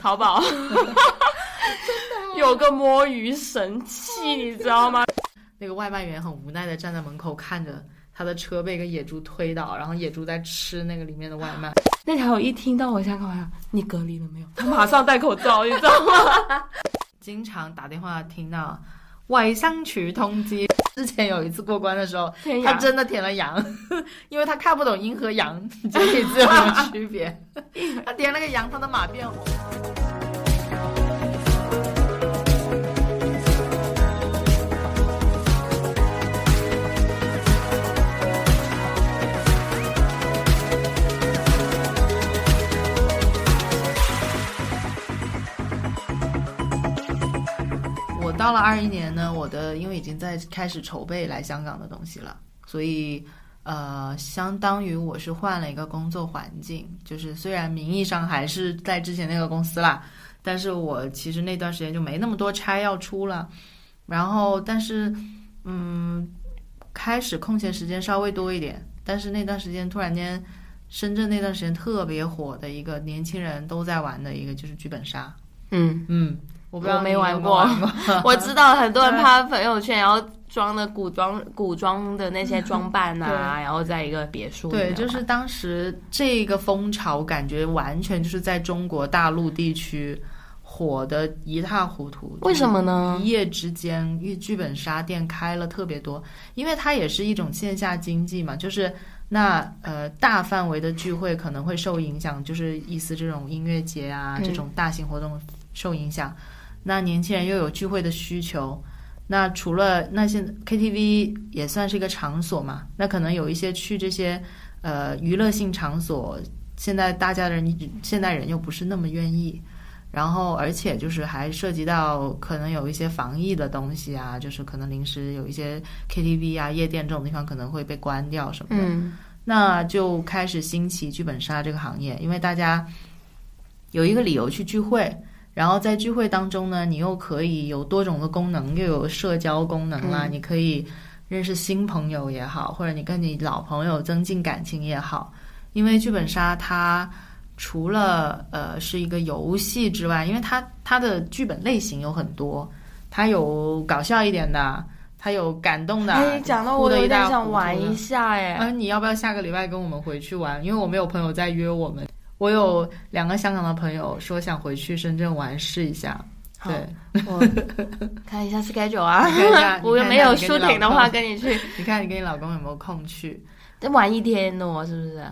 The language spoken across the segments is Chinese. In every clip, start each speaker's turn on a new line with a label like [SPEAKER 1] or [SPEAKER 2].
[SPEAKER 1] 淘宝，有个摸鱼神器，哦你知道吗？
[SPEAKER 2] 那个外卖员很无奈的站在门口看着他的车被一个野猪推倒，然后野猪在吃那个里面的外卖。
[SPEAKER 1] 那条友一听到我香港话，你隔离了没有？他马上戴口罩，你知道吗？
[SPEAKER 2] 经常打电话听到卫生署通知。之前有一次过关的时候，
[SPEAKER 1] 天
[SPEAKER 2] 他
[SPEAKER 1] 涯
[SPEAKER 2] 真的填了羊， 因为他看不懂阴和阳 这个字有什么区别。他填了个羊，他的马变红。我到了二一年呢，我的因为已经在开始筹备来香港的东西了，所以呃，相当于我是换了一个工作环境，就是虽然名义上还是在之前那个公司啦，但是我其实那段时间就没那么多差要出了，然后但是嗯，开始空闲时间稍微多一点，但是那段时间突然间。深圳那段时间特别火的一个年轻人都在玩的一个就是剧本杀，
[SPEAKER 1] 嗯，
[SPEAKER 2] 嗯，我不知道
[SPEAKER 1] 我
[SPEAKER 2] 你
[SPEAKER 1] 没
[SPEAKER 2] 有
[SPEAKER 1] 玩
[SPEAKER 2] 有
[SPEAKER 1] 过
[SPEAKER 2] 玩过，
[SPEAKER 1] 我知道很多人他朋友圈，然后装的古装古装的那些装扮啊，然后在一个别墅里面玩，
[SPEAKER 2] 对，就是当时这个风潮，感觉完全就是在中国大陆地区火的一塌糊涂。
[SPEAKER 1] 为什么呢？
[SPEAKER 2] 一夜之间，剧剧本杀店开了特别多，因为它也是一种线下经济嘛，就是那呃大范围的聚会可能会受影响，就是意思这种音乐节啊、
[SPEAKER 1] 嗯
[SPEAKER 2] 这种大型活动受影响，那年轻人又有聚会的需求。那除了那些 KTV 也算是一个场所嘛，那可能有一些去这些呃娱乐性场所，现在大家的人现代人又不是那么愿意，然后而且就是还涉及到可能有一些防疫的东西啊，就是可能临时有一些 KTV 啊、夜店这种地方可能会被关掉什么的，
[SPEAKER 1] 嗯，
[SPEAKER 2] 那就开始兴起剧本杀这个行业，因为大家有一个理由去聚会。然后在聚会当中呢，你又可以有多种的功能，又有社交功能啦，
[SPEAKER 1] 嗯
[SPEAKER 2] 你可以认识新朋友也好，或者你跟你老朋友增进感情也好，因为剧本杀它除了呃是一个游戏之外，因为它它的剧本类型有很多，它有搞笑一点的，它有感动的，
[SPEAKER 1] 哎，讲到
[SPEAKER 2] 哭
[SPEAKER 1] 我
[SPEAKER 2] 得
[SPEAKER 1] 有
[SPEAKER 2] 一塌
[SPEAKER 1] 点
[SPEAKER 2] 糊涂
[SPEAKER 1] 想玩
[SPEAKER 2] 的
[SPEAKER 1] 一下哎，
[SPEAKER 2] 嗯，你要不要下个礼拜跟我们回去玩？因为我们有朋友在约我们，我有两个香港的朋友说想回去深圳玩试一下。
[SPEAKER 1] 好
[SPEAKER 2] 对，
[SPEAKER 1] 我看一下 schedule 啊
[SPEAKER 2] 你看一下，
[SPEAKER 1] 我
[SPEAKER 2] 你看
[SPEAKER 1] 没
[SPEAKER 2] 一下
[SPEAKER 1] 有
[SPEAKER 2] 你跟
[SPEAKER 1] 舒
[SPEAKER 2] 你老
[SPEAKER 1] 婷的话
[SPEAKER 2] 公
[SPEAKER 1] 跟你去，
[SPEAKER 2] 你看你跟你老公有没有空去？
[SPEAKER 1] 得 玩一天哦，是不是？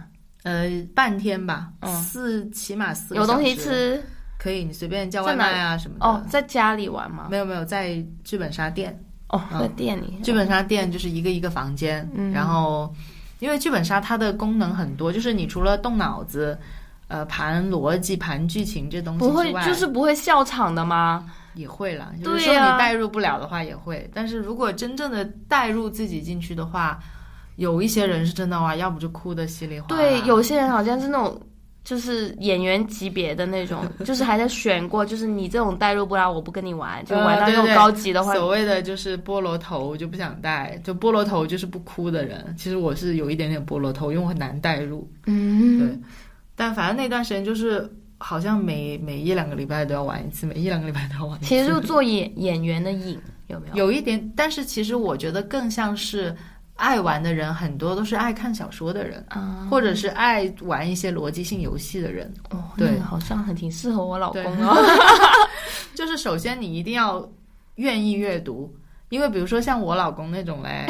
[SPEAKER 2] 呃，半天吧，
[SPEAKER 1] 嗯
[SPEAKER 2] 四起码四个
[SPEAKER 1] 有东
[SPEAKER 2] 小
[SPEAKER 1] 西
[SPEAKER 2] 时，
[SPEAKER 1] 吃
[SPEAKER 2] 可以你随便叫
[SPEAKER 1] 在
[SPEAKER 2] 外
[SPEAKER 1] 哪
[SPEAKER 2] 卖啊什么的。
[SPEAKER 1] 哦，，在家里玩吗？
[SPEAKER 2] 没有没有，在剧本杀店，
[SPEAKER 1] 哦，
[SPEAKER 2] 嗯
[SPEAKER 1] 在店里
[SPEAKER 2] 剧本杀店就是一个一个房间，
[SPEAKER 1] 嗯
[SPEAKER 2] 然后因为剧本杀它的功能很多，就是你除了动脑子。呃，盘逻辑、盘剧情这东西
[SPEAKER 1] 不会
[SPEAKER 2] 之外
[SPEAKER 1] 就是不会笑场的吗？
[SPEAKER 2] 也会啦，有
[SPEAKER 1] 对
[SPEAKER 2] 的时候
[SPEAKER 1] 呀
[SPEAKER 2] 你代入不了的话也会，但是如果真正的代入自己进去的话，有一些人是真的哇，要不就哭的稀里哗啦。
[SPEAKER 1] 对，有些人好像是那种。就是演员级别的那 种，就是还在选过，就是你这种代入不了，我不跟你玩，就玩到那
[SPEAKER 2] 呃对
[SPEAKER 1] 种
[SPEAKER 2] 对
[SPEAKER 1] 高级的话，
[SPEAKER 2] 所谓的就是菠萝头就不想带，就菠萝头就是不哭的人。其实我是有一点点菠萝头，因为我很难代入。对
[SPEAKER 1] 嗯，
[SPEAKER 2] 但反正那段时间就是好像每每一两个礼拜都要玩一次，每一两个礼拜都要玩一次。
[SPEAKER 1] 其实就做演演员的瘾，有没有？
[SPEAKER 2] 有一点，但是其实我觉得更像是爱玩的人，很多都是爱看小说的人。
[SPEAKER 1] 啊，
[SPEAKER 2] 或者是爱玩一些逻辑性游戏的人，
[SPEAKER 1] 哦，
[SPEAKER 2] 对
[SPEAKER 1] 那个好像很挺适合我老公
[SPEAKER 2] 对
[SPEAKER 1] 哦。
[SPEAKER 2] 就是首先你一定要愿意阅读，因为比如说像我老公那种嘞，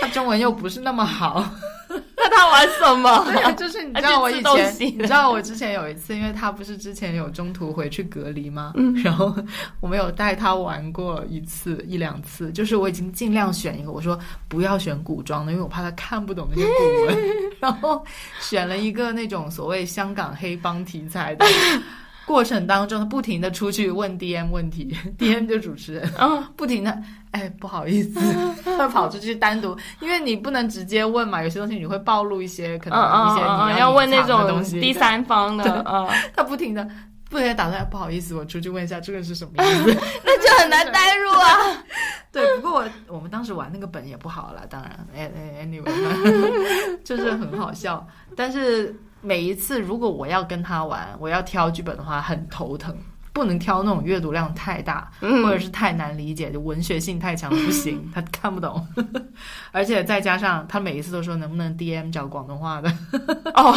[SPEAKER 2] 他中文又不是那么好，
[SPEAKER 1] 那他玩什么？
[SPEAKER 2] 对就是你知道我以
[SPEAKER 1] 他去
[SPEAKER 2] 前
[SPEAKER 1] 吃东，西
[SPEAKER 2] 你知道我之前有一次，因为他不是之前有中途回去隔离吗？然后我们有带他玩过一次一两次，就是我已经尽量选一个，我说不要选古装的，因为我怕他看不懂那些古文， 然后选了一个那种所谓香港黑帮题材的。过程当中，他不停的出去问 DM 问题，DM 就主持人，
[SPEAKER 1] 嗯，
[SPEAKER 2] 不停的，哎，不好意 思，会跑出去单独，因为你不能直接问嘛，有些东西你会暴露一些
[SPEAKER 1] 嗯
[SPEAKER 2] 可能一
[SPEAKER 1] 嗯
[SPEAKER 2] 些
[SPEAKER 1] 嗯
[SPEAKER 2] 你
[SPEAKER 1] 嗯，
[SPEAKER 2] 要
[SPEAKER 1] 问
[SPEAKER 2] 隐
[SPEAKER 1] 那
[SPEAKER 2] 藏的
[SPEAKER 1] 种
[SPEAKER 2] 东西。
[SPEAKER 1] 第三方的，嗯，
[SPEAKER 2] 他不停的不停的打断，不好意思，我出去问一下这个是什 么意思。
[SPEAKER 1] 那就 很难代入啊。
[SPEAKER 2] 对，不过我我们当时玩那个本也不好了，当然，哎哎，anyway，就是很好笑，但是每一次如果我要跟他玩，我要挑剧本的话，很头疼。不能挑那种阅读量太大，
[SPEAKER 1] 嗯
[SPEAKER 2] 或者是太难理解，就文学性太强 不行，他看不懂。 而且再加上他每一次都说能不能 DM 讲广东话的，
[SPEAKER 1] 哦，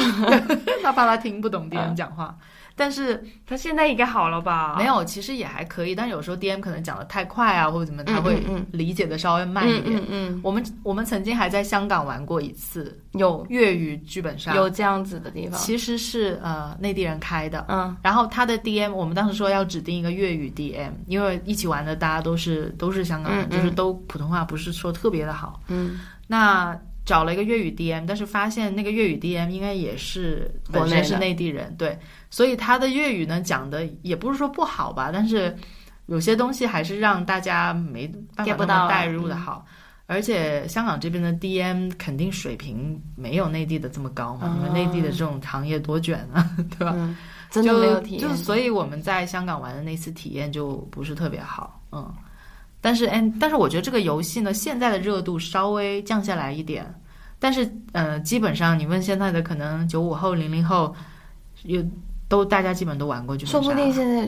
[SPEAKER 2] 他怕他听不
[SPEAKER 1] 嗯
[SPEAKER 2] 懂 DM 讲话。但是
[SPEAKER 1] 他现在应该好了吧？
[SPEAKER 2] 没有，其实也还可以，但是有时候 DM 可能讲的太快啊，或者怎么，他会
[SPEAKER 1] 嗯嗯
[SPEAKER 2] 理解的稍微慢一
[SPEAKER 1] 嗯
[SPEAKER 2] 点。
[SPEAKER 1] 嗯嗯，
[SPEAKER 2] 我们我们曾经还在香港玩过一次
[SPEAKER 1] 有
[SPEAKER 2] 粤语剧本杀，
[SPEAKER 1] 有这样子的地方，
[SPEAKER 2] 其实是啊呃内地人开的，
[SPEAKER 1] 嗯
[SPEAKER 2] 然后他的 DM，我们当时说要指定一个粤语 DM，因为一起玩的大家都是都是香港人，
[SPEAKER 1] 嗯嗯
[SPEAKER 2] 就是都普通话不是说特别的好。
[SPEAKER 1] 嗯，
[SPEAKER 2] 那找了一个粤语 DM，但是发现那个粤语 DM 应该也是
[SPEAKER 1] 国
[SPEAKER 2] 本
[SPEAKER 1] 内的
[SPEAKER 2] 身是内地人，对，所以他的粤语呢讲的也不是说不好吧，但是有些东西还是让大家没办
[SPEAKER 1] get
[SPEAKER 2] 法
[SPEAKER 1] 不
[SPEAKER 2] 那
[SPEAKER 1] 到啊
[SPEAKER 2] 么代入的好。而且香港这边的 DM 肯定水平没有内地的这么高嘛，
[SPEAKER 1] 哦
[SPEAKER 2] 因为内地的这种行业多卷啊，对吧？
[SPEAKER 1] 嗯真的没有体验
[SPEAKER 2] 就，就是所以我们在香港玩的那次体验就不是特别好，嗯。但是，嗯，但是我觉得这个游戏呢，现在的热度稍微降下来一点，但是，呃，基本上你问现在的可能九五后、零零后，有都大家基本都玩过剧本杀
[SPEAKER 1] 说不定现在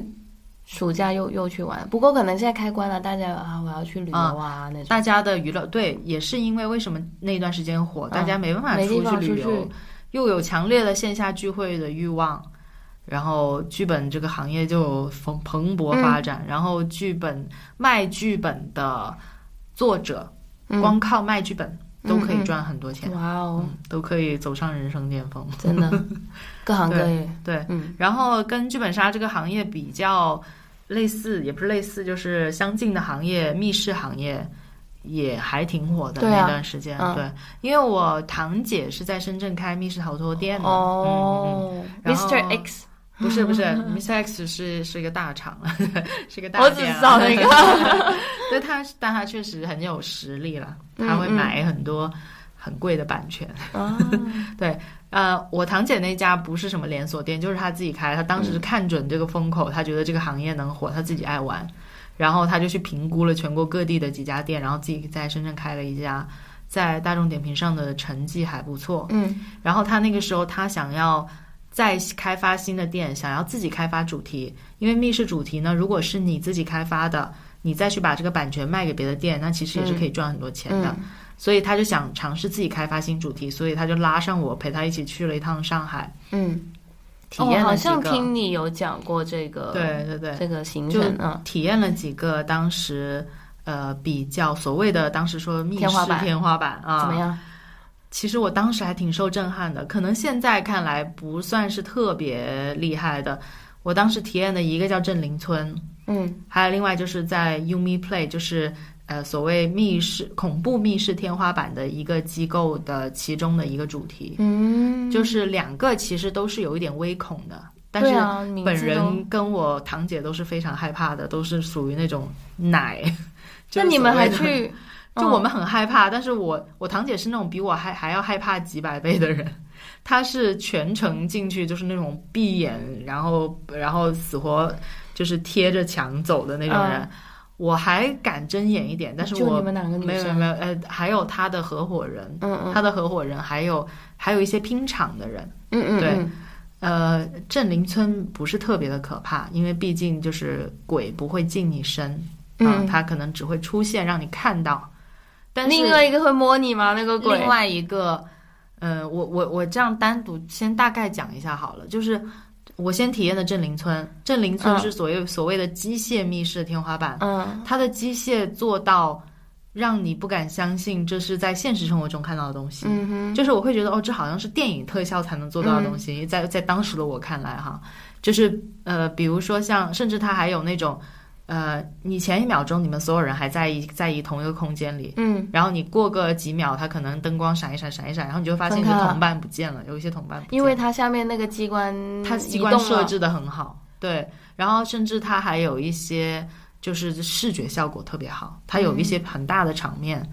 [SPEAKER 1] 暑假又又去玩，不过可能现在开关了，大家啊我要去旅游啊那种，
[SPEAKER 2] 大家的娱乐对，也是因为为什么那段时间火，大家没办法
[SPEAKER 1] 嗯没地
[SPEAKER 2] 出去
[SPEAKER 1] 方出
[SPEAKER 2] 旅游，
[SPEAKER 1] 去，
[SPEAKER 2] 又有强烈的线下聚会的欲望，然后剧本这个行业就蓬蓬勃
[SPEAKER 1] 嗯
[SPEAKER 2] 发展，然后剧本卖剧本的作者，
[SPEAKER 1] 嗯
[SPEAKER 2] 光靠卖剧本都可以
[SPEAKER 1] 嗯
[SPEAKER 2] 赚很多钱，
[SPEAKER 1] 哇哦，
[SPEAKER 2] 嗯都可以走上人生巅峰。
[SPEAKER 1] 真 的，各行各业，
[SPEAKER 2] 对，
[SPEAKER 1] 嗯
[SPEAKER 2] 然后跟剧本杀这个行业比较类似，也不是类似，就是相近的行业，密室行业也还挺火的、
[SPEAKER 1] 对啊
[SPEAKER 2] 那段时间。
[SPEAKER 1] 嗯
[SPEAKER 2] 对，因为我堂姐是在深圳开密室逃脱店的。嗯嗯嗯
[SPEAKER 1] 哦
[SPEAKER 2] 然后
[SPEAKER 1] ，Mr. X，
[SPEAKER 2] 不是不是，Miss X 是是一个大厂， 是一个大
[SPEAKER 1] 我只
[SPEAKER 2] 店啊
[SPEAKER 1] 知道那个，
[SPEAKER 2] 对他，但他确实很有实力了，
[SPEAKER 1] 嗯
[SPEAKER 2] 他会买很多很贵的版权。
[SPEAKER 1] 啊
[SPEAKER 2] 呃，我堂姐那家不是什么连锁店，就是他自己开。他当时看准这个风口，他觉得这个行业能火，他自己爱哎玩，然后他就去评估了全国各地的几家店，然后自己在深圳开了一家，在大众点评上的成绩还不错。
[SPEAKER 1] 嗯
[SPEAKER 2] 然后他那个时候他想要再开发新的店，想要自己开发主题，因为密室主题呢，如果是你自己开发的，你再去把这个版权卖给别的店，那其实也是可以赚很多钱的。
[SPEAKER 1] 嗯
[SPEAKER 2] 所以他就想尝试自己开发新主题，所以他就拉上我陪他一起去了一趟上海，
[SPEAKER 1] 嗯，
[SPEAKER 2] 体
[SPEAKER 1] 我
[SPEAKER 2] 验
[SPEAKER 1] 好
[SPEAKER 2] 了几
[SPEAKER 1] 像
[SPEAKER 2] 个，
[SPEAKER 1] 听你有讲过这个，
[SPEAKER 2] 对对对，
[SPEAKER 1] 这个行
[SPEAKER 2] 就
[SPEAKER 1] 程啊，
[SPEAKER 2] 呃体验了几个当时。呃，比较所谓的当时说密室
[SPEAKER 1] 天花板
[SPEAKER 2] 天花板啊，
[SPEAKER 1] 怎么样？
[SPEAKER 2] 其实我当时还挺受震撼的，可能现在看来不算是特别厉害的。我当时体验的一个叫镇灵村，
[SPEAKER 1] 嗯
[SPEAKER 2] 还有另外就是在 Umi Play，就是呃所谓密室恐怖密室天花板的一个机构的其中的一个主题，
[SPEAKER 1] 嗯，
[SPEAKER 2] 就是两个其实都是有一点微恐的，但
[SPEAKER 1] 对
[SPEAKER 2] 是
[SPEAKER 1] 啊，名
[SPEAKER 2] 本
[SPEAKER 1] 字都
[SPEAKER 2] 人跟我堂姐都是非常害怕的，都是属于那种奶。
[SPEAKER 1] 那
[SPEAKER 2] 就是
[SPEAKER 1] 你们
[SPEAKER 2] 所谓
[SPEAKER 1] 还
[SPEAKER 2] 的
[SPEAKER 1] 去？ 嗯
[SPEAKER 2] 就我们很害怕，但是我我堂姐是那种比我还还要害怕几百倍的人，她是全程进去就是那种闭眼，然后然后死活就是贴着墙走的那种人。我还敢睁眼一点，但是
[SPEAKER 1] 嗯哦就你
[SPEAKER 2] 我
[SPEAKER 1] 们两个女
[SPEAKER 2] 没有没有
[SPEAKER 1] 生，
[SPEAKER 2] 没有，呃，还有她的合伙人，
[SPEAKER 1] 嗯嗯
[SPEAKER 2] 她的合伙人还有还有一些拼场的人。
[SPEAKER 1] 嗯嗯，
[SPEAKER 2] 对
[SPEAKER 1] 嗯，
[SPEAKER 2] 呃，镇灵村不是特别的可怕，因为毕竟就是鬼不会进你身，啊、
[SPEAKER 1] 嗯
[SPEAKER 2] 它可能只会出现让你看到。但是
[SPEAKER 1] 另外一个会摸你吗？那个鬼
[SPEAKER 2] 另外一个，呃，我我我这样单独先大概讲一下好了，就是我先体验的镇灵村，镇灵村
[SPEAKER 1] 嗯
[SPEAKER 2] 是所谓、所谓的机械密室天花板，
[SPEAKER 1] 嗯
[SPEAKER 2] 它的机械做到让你不敢相信这是在现实生活中看到的东西。
[SPEAKER 1] 嗯哼，
[SPEAKER 2] 就是我会觉得哦，这好像是电影特效才能做到的东西，在在当时的我看来哈，就是呃，比如说像，甚至它还有那种，呃，你前一秒钟你们所有人还在一在一同一个空间里，
[SPEAKER 1] 嗯，
[SPEAKER 2] 然后你过个几秒，它可能灯光闪一闪闪一闪，然后你就会发现你
[SPEAKER 1] 分
[SPEAKER 2] 的
[SPEAKER 1] 开了
[SPEAKER 2] 同伴不见了，有一些同伴不见了
[SPEAKER 1] 因为它下面那个机关
[SPEAKER 2] 它
[SPEAKER 1] 嗯移
[SPEAKER 2] 机
[SPEAKER 1] 动
[SPEAKER 2] 关
[SPEAKER 1] 了
[SPEAKER 2] 设，置的很好，对，然后甚至它还有一些就是视觉效果特别好，它有一些
[SPEAKER 1] 嗯
[SPEAKER 2] 很大的场面，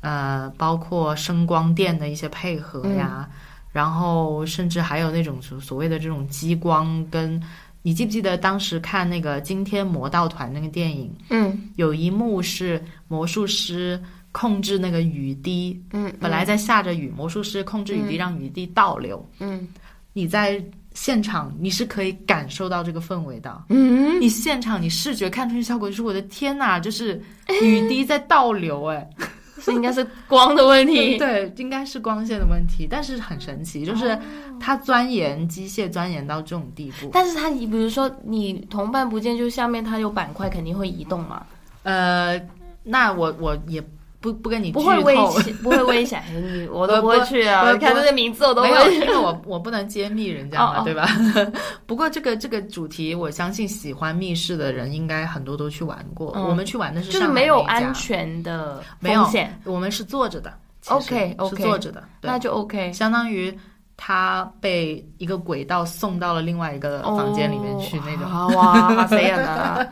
[SPEAKER 2] 呃，包括声光电的一些配合
[SPEAKER 1] 嗯
[SPEAKER 2] 呀，然后甚至还有那种所所谓的这种激光跟。你记不记得当时看那个《惊天魔盗团》那个电影，
[SPEAKER 1] 嗯
[SPEAKER 2] 有一幕是魔术师控制那个雨滴，
[SPEAKER 1] 嗯，
[SPEAKER 2] 本来在下着雨，魔术师控制雨滴让雨滴倒流，
[SPEAKER 1] 嗯
[SPEAKER 2] 你在现场你是可以感受到这个氛围的。
[SPEAKER 1] 嗯，
[SPEAKER 2] 你现场你视觉看出去效果就是我的天呐，就是雨滴在倒流哎、
[SPEAKER 1] 是应该是光的问题。
[SPEAKER 2] 对，应该是光线的问题，但是很神奇，
[SPEAKER 1] 哦
[SPEAKER 2] 就是它钻研机械钻研到这种地步。
[SPEAKER 1] 但是它，你比如说你同伴不见，就下面它有板块肯定会移动嘛，
[SPEAKER 2] 呃，那我我也不不跟你
[SPEAKER 1] 不会
[SPEAKER 2] 剧
[SPEAKER 1] 危
[SPEAKER 2] 透
[SPEAKER 1] 险，不会危险，哎你 我都
[SPEAKER 2] 我
[SPEAKER 1] 不会去啊！
[SPEAKER 2] 我
[SPEAKER 1] 我看
[SPEAKER 2] 我
[SPEAKER 1] 这个名字我都
[SPEAKER 2] 没
[SPEAKER 1] 不
[SPEAKER 2] 有，
[SPEAKER 1] 会
[SPEAKER 2] 因
[SPEAKER 1] 去。
[SPEAKER 2] 为我我不能揭秘人家嘛，
[SPEAKER 1] 哦哦
[SPEAKER 2] 对吧？ 不过这个这个主题，我相信喜欢密室的人应该很多都去玩过。
[SPEAKER 1] 嗯
[SPEAKER 2] 我们去玩的是
[SPEAKER 1] 就是
[SPEAKER 2] 上海
[SPEAKER 1] 没有
[SPEAKER 2] 那一家
[SPEAKER 1] 安，全的
[SPEAKER 2] 没有
[SPEAKER 1] 风险，
[SPEAKER 2] 我们是坐着的。其实
[SPEAKER 1] OK，OK
[SPEAKER 2] 是坐着的，对
[SPEAKER 1] 那就 OK。
[SPEAKER 2] 相当于他被一个轨道送到了另外一个
[SPEAKER 1] 呃
[SPEAKER 2] 房间里面去那种。
[SPEAKER 1] 哦、哇，好谁演 的？ 啊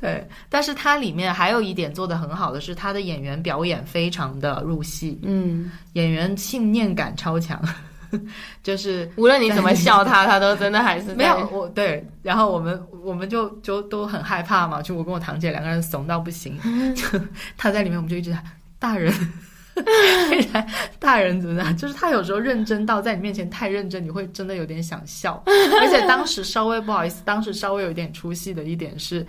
[SPEAKER 2] 对，但是它里面还有一点做得很好的是，他的演员表演非常的入戏，
[SPEAKER 1] 嗯，
[SPEAKER 2] 演员信念感超强， 就是
[SPEAKER 1] 无论你怎么笑他，他都真的还是在
[SPEAKER 2] 没有，我对，然后我们我们就就都很害怕嘛，就我跟我堂姐两个人怂到不行，
[SPEAKER 1] 嗯
[SPEAKER 2] 就她在里面我们就一直喊 大人。大人怎么样？就是他有时候认真到在你面前太认真，你会真的有点想笑。而且当时稍微不好意思，当时稍微有一点出戏的一点是，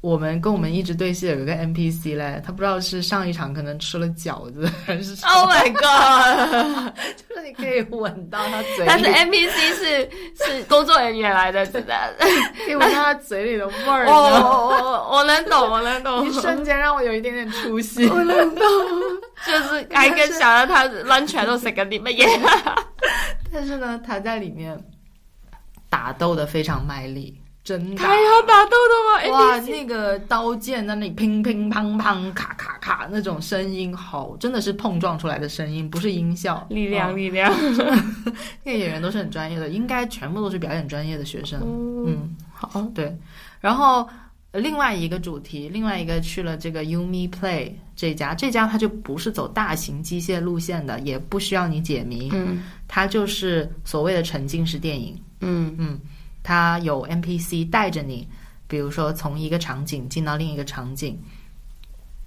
[SPEAKER 2] 我们跟我们一直对戏的有一个 NPC 嘞，他不知道是上一场可能吃了饺子还是什么
[SPEAKER 1] Oh my god！
[SPEAKER 2] 就是你可以闻到他嘴里，
[SPEAKER 1] 但是 NPC 是是工作人员来的，真的。
[SPEAKER 2] 可以闻到他嘴里的味儿。
[SPEAKER 1] 我
[SPEAKER 2] 你知道吗
[SPEAKER 1] 我我我能懂，我能懂
[SPEAKER 2] 一。瞬间让我有一点点出戏。
[SPEAKER 1] 就是还跟想让他 lunch 都食紧啲乜嘢？
[SPEAKER 2] 但是呢，他在里面打斗的非常卖力，真打
[SPEAKER 1] 他。要打斗的吗？
[SPEAKER 2] 哇，那个刀剑在那里乒乒乓乓、咔咔咔那种声音，好，真的是碰撞出来的声音，不是音效。
[SPEAKER 1] 力量，
[SPEAKER 2] 嗯
[SPEAKER 1] 力量。
[SPEAKER 2] 那个演员都是很专业的，应该全部都是表演专业的学生。
[SPEAKER 1] 嗯，
[SPEAKER 2] 嗯，
[SPEAKER 1] 好。
[SPEAKER 2] 对。然后呃另外一个主题，另外一个去了这个 Umi Play 这家，这家它就不是走大型机械路线的，也不需要你解谜，
[SPEAKER 1] 嗯
[SPEAKER 2] 它就是所谓的沉浸式电影，
[SPEAKER 1] 嗯
[SPEAKER 2] 它有 NPC 带着你，比如说从一个场景进到另一个场景。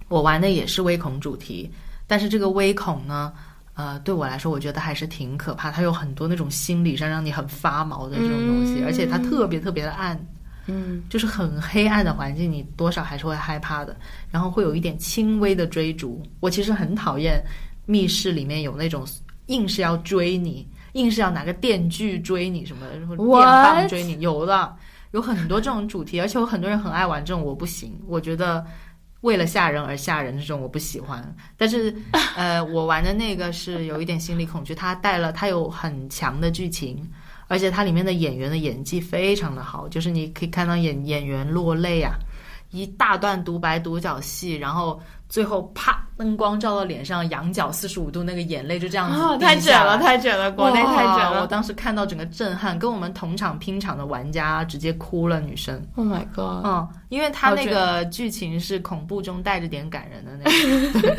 [SPEAKER 2] 我玩的也是微恐主题，但是这个微恐呢，呃，对我来说我觉得还是挺可怕，它有很多那种心理上让你很发毛的这种东西，
[SPEAKER 1] 嗯
[SPEAKER 2] 而且它特别特别的暗，
[SPEAKER 1] 嗯，
[SPEAKER 2] 就是很黑暗的环境，你多少还是会害怕的，然后会有一点轻微的追逐。我其实很讨厌密室里面有那种硬是要追你，硬是要拿个电锯追你什么，或者电
[SPEAKER 1] What？
[SPEAKER 2] 棒追你，有的有很多这种主题，而且有很多人很爱玩这种，我不行，我觉得。为了吓人而吓人，这种我不喜欢。但是， 呃，我玩的那个是有一点心理恐惧，它带了它有很强的剧情，而且它里面的演员的演技非常的好，就是你可以看到演演员落泪啊，一大段独白独角戏，然后最后啪灯光照到脸上，仰角四十五度，那个眼泪就这样子、
[SPEAKER 1] 啊，太卷了，，太卷了，国内太卷
[SPEAKER 2] 我
[SPEAKER 1] 了。
[SPEAKER 2] 当时看到整个震撼，跟我们同场拼场的玩家直接哭了，女生。
[SPEAKER 1] Oh my god！
[SPEAKER 2] 嗯，因为他
[SPEAKER 1] 好
[SPEAKER 2] 那
[SPEAKER 1] 卷
[SPEAKER 2] 个剧情是恐怖中带着点感人的那种，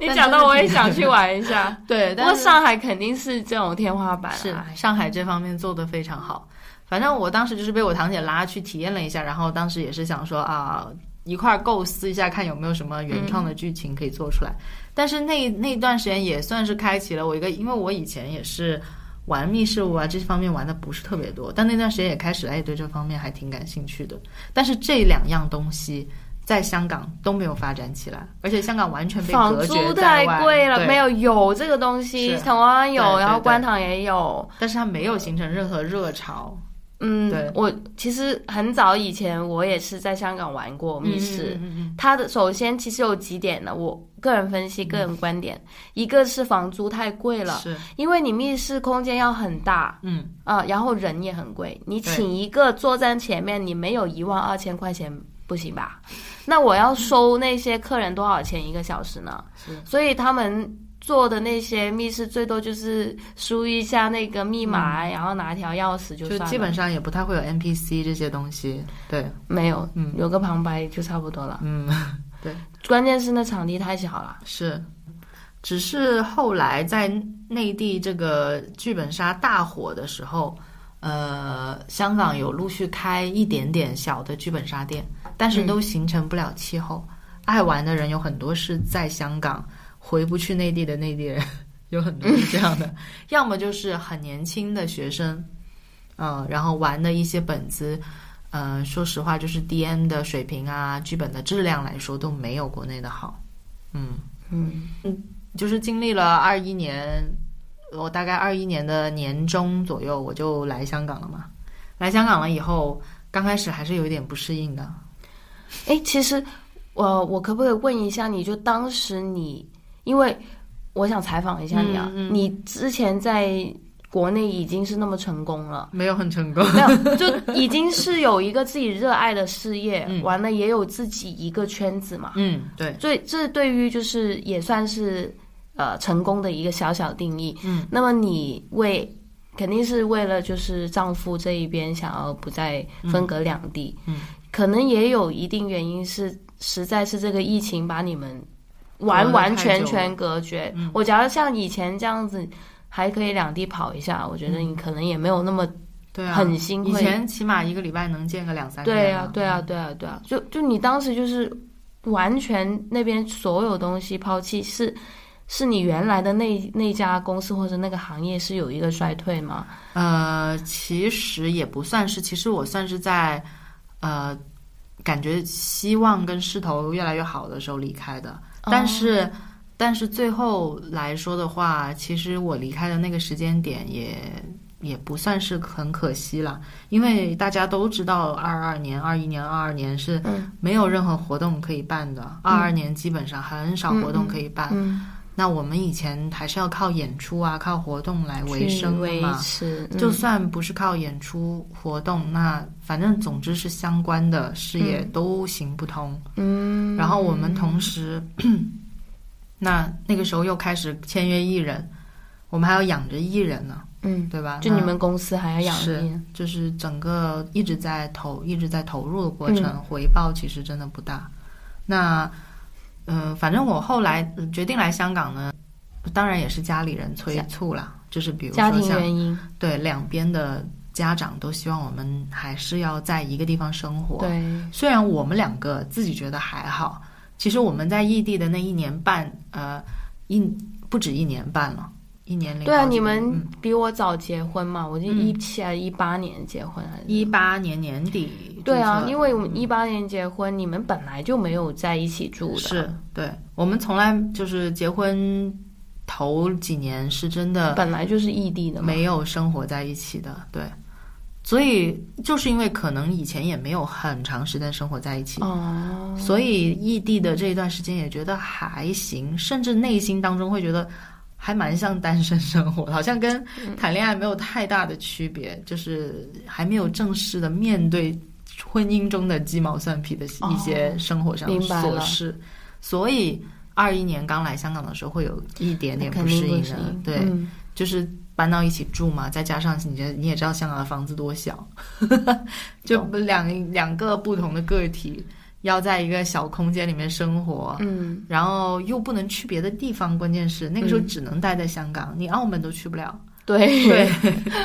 [SPEAKER 1] 你讲到我也想去玩一下。
[SPEAKER 2] 对，
[SPEAKER 1] 不
[SPEAKER 2] 但
[SPEAKER 1] 过
[SPEAKER 2] 是
[SPEAKER 1] 上海肯定是这种天花板
[SPEAKER 2] 是
[SPEAKER 1] 啊，
[SPEAKER 2] 上海这方面做得非常好。反正我当时就是被我堂姐拉去体验了一下，然后当时也是想说啊，一块儿构思一下，看有没有什么原创
[SPEAKER 1] 嗯
[SPEAKER 2] 的剧情可以做出来。但是那那段时间也算是开启了我一个，因为我以前也是玩密室啊这方面玩的不是特别多，但那段时间也开始哎对这方面还挺感兴趣的。但是这两样东西。在香港都没有发展起来，而且香港完全被
[SPEAKER 1] 房
[SPEAKER 2] 隔绝
[SPEAKER 1] 租太
[SPEAKER 2] 在外
[SPEAKER 1] 贵了，
[SPEAKER 2] 对
[SPEAKER 1] 没有有这个东西，
[SPEAKER 2] 是
[SPEAKER 1] 台湾有
[SPEAKER 2] 对，对
[SPEAKER 1] 然后
[SPEAKER 2] 对
[SPEAKER 1] 观塘也有。
[SPEAKER 2] 但是它没有形成任何热潮。对
[SPEAKER 1] 嗯，我其实很早以前我也是在香港玩过密室，
[SPEAKER 2] 嗯嗯嗯嗯
[SPEAKER 1] 它的首先其实有几点呢，我个人分析、个人观点，一个是房租太贵了，
[SPEAKER 2] 嗯是，
[SPEAKER 1] 因为你密室空间要很大
[SPEAKER 2] 嗯，
[SPEAKER 1] 啊、然后人也很贵，你
[SPEAKER 2] 对
[SPEAKER 1] 请一个坐站前面，你没有一万二千块钱不行吧？那我要收那些客人多少钱一个小时呢？
[SPEAKER 2] 啊是
[SPEAKER 1] 所以他们。做的那些密室最多就是输一下那个密码，然后拿条钥匙就
[SPEAKER 2] 嗯就
[SPEAKER 1] 算了，
[SPEAKER 2] 基本上也不太会有 NPC 这些东西。对，
[SPEAKER 1] 没有，
[SPEAKER 2] 嗯
[SPEAKER 1] 有个旁白就差不多了。
[SPEAKER 2] 嗯，
[SPEAKER 1] 关键是那场地太小了，
[SPEAKER 2] 是。只是后来在内地这个剧本杀大火的时候，呃，香港有陆续开一点点小的剧本杀店，但是都形成不了气候。爱玩的人有很多是在香港回不去 内地的内地人，有很多是这样的，要么就是很年轻的学生，嗯，然后玩的一些本子，呃，说实话，就是 DM 的水平啊，剧本的质量来说都没有国内的好。嗯，
[SPEAKER 1] 嗯
[SPEAKER 2] 就是经历了二一年，我大概二一年的年中左右，我就来香港了嘛。来香港了以后，刚开始还是有一点不适应的。
[SPEAKER 1] 哎，其实我我可不可以问一下，你就当时你，因为我想采访一下你啊，
[SPEAKER 2] 嗯嗯
[SPEAKER 1] 你之前在国内已经是那么成功 了。
[SPEAKER 2] 没有很成功，
[SPEAKER 1] 没有，就已经是有一个自己热爱的事业，
[SPEAKER 2] 嗯
[SPEAKER 1] 完了也有自己一个圈子嘛，
[SPEAKER 2] 嗯，对，
[SPEAKER 1] 所以这对于就是也算是呃成功的一个小小定义。
[SPEAKER 2] 嗯，
[SPEAKER 1] 那么你为肯定是为了就是丈夫这一边想要不再分隔两地，
[SPEAKER 2] 嗯嗯
[SPEAKER 1] 可能也有一定原因是实在是这个疫情把你们
[SPEAKER 2] 隔
[SPEAKER 1] 完
[SPEAKER 2] 得
[SPEAKER 1] 完
[SPEAKER 2] 太
[SPEAKER 1] 全
[SPEAKER 2] 久
[SPEAKER 1] 全
[SPEAKER 2] 了
[SPEAKER 1] 隔绝。
[SPEAKER 2] 嗯
[SPEAKER 1] 我假如像以前这样子。还可以两地跑一下，我觉得你可能也没有那么
[SPEAKER 2] 嗯对啊，
[SPEAKER 1] 很心
[SPEAKER 2] 以
[SPEAKER 1] 会
[SPEAKER 2] 前起码一个礼拜能见个两三
[SPEAKER 1] 对
[SPEAKER 2] 呀、
[SPEAKER 1] 啊，对啊，对啊，对啊，就就你当时就是完全那边所有东西抛弃，是是你原来的那那家公司或者那个行业是有一个衰退吗？
[SPEAKER 2] 呃，其实也不算是，其实我算是在呃，感觉希望跟势头越来越好的时候离开的。
[SPEAKER 1] 哦
[SPEAKER 2] 但是，但是最后来说的话，其实我离开的那个时间点也也不算是很可惜了，因为大家都知道，二二年、二一年、二二年是
[SPEAKER 1] 嗯
[SPEAKER 2] 没有任何活动可以办的，二二、年基本上很少活动可以办。
[SPEAKER 1] 嗯，
[SPEAKER 2] 那我们以前还是要靠演出啊，靠活动来维
[SPEAKER 1] 去
[SPEAKER 2] 生的
[SPEAKER 1] 维
[SPEAKER 2] 嘛。
[SPEAKER 1] 持，
[SPEAKER 2] 就
[SPEAKER 1] 嗯
[SPEAKER 2] 算不是靠演出活动，那反正总之是相关的事业都行不通。
[SPEAKER 1] 嗯，
[SPEAKER 2] 然后我们同时，那那个时候又开始签约艺人，我们还要养着艺人呢，
[SPEAKER 1] 嗯，
[SPEAKER 2] 对吧？
[SPEAKER 1] 就你们公司还要养
[SPEAKER 2] 是
[SPEAKER 1] 你，
[SPEAKER 2] 那就是整个一直在投一直在投入的过程，
[SPEAKER 1] 嗯
[SPEAKER 2] 回报其实真的不大。那嗯、呃反正我后来呃决定来香港呢，当然也是家里人催促啦，就是比如说
[SPEAKER 1] 家庭
[SPEAKER 2] 像
[SPEAKER 1] 原因，
[SPEAKER 2] 对两边的家长都希望我们还是要在一个地方生活。
[SPEAKER 1] 对，
[SPEAKER 2] 虽然我们两个自己觉得还好，其实我们在异地的那一年半，呃，一不止一年半了，一年零
[SPEAKER 1] 对啊，
[SPEAKER 2] 好几
[SPEAKER 1] 你
[SPEAKER 2] 个
[SPEAKER 1] 们
[SPEAKER 2] 嗯
[SPEAKER 1] 比我早结婚嘛，我就
[SPEAKER 2] 嗯
[SPEAKER 1] 一七还是一八年结婚还是
[SPEAKER 2] 一八年年底
[SPEAKER 1] 对啊
[SPEAKER 2] 注，册嗯
[SPEAKER 1] 因为我们一八年结婚，你们本来就没有在一起住的，
[SPEAKER 2] 是对，我们从来就是结婚头几年是真的
[SPEAKER 1] 本来就是异地的嘛，
[SPEAKER 2] 没有生活在一起的，对。所以就是因为可能以前也没有很长时间生活在一起，
[SPEAKER 1] 哦，
[SPEAKER 2] 所以异地的这一段时间也觉得还行，甚至内心当中会觉得还蛮像单身生活，好像跟谈恋爱没有太大的区别，就是还没有正式的面对婚姻中的鸡毛蒜皮的
[SPEAKER 1] 哦
[SPEAKER 2] 一些生活上的
[SPEAKER 1] 明白
[SPEAKER 2] 琐
[SPEAKER 1] 了
[SPEAKER 2] 事，所以。二一年刚来香港的时候，会有一点点不适应的，对，
[SPEAKER 1] 嗯
[SPEAKER 2] 就是搬到一起住嘛，再加上你这你也知道香港的房子多小， 就不两两个不同的个体要在一个小空间里面生活，
[SPEAKER 1] 嗯，
[SPEAKER 2] 然后又不能去别的地方，关键是那个时候
[SPEAKER 1] 嗯
[SPEAKER 2] 只能待在香港，你澳门都去不了，
[SPEAKER 1] 对，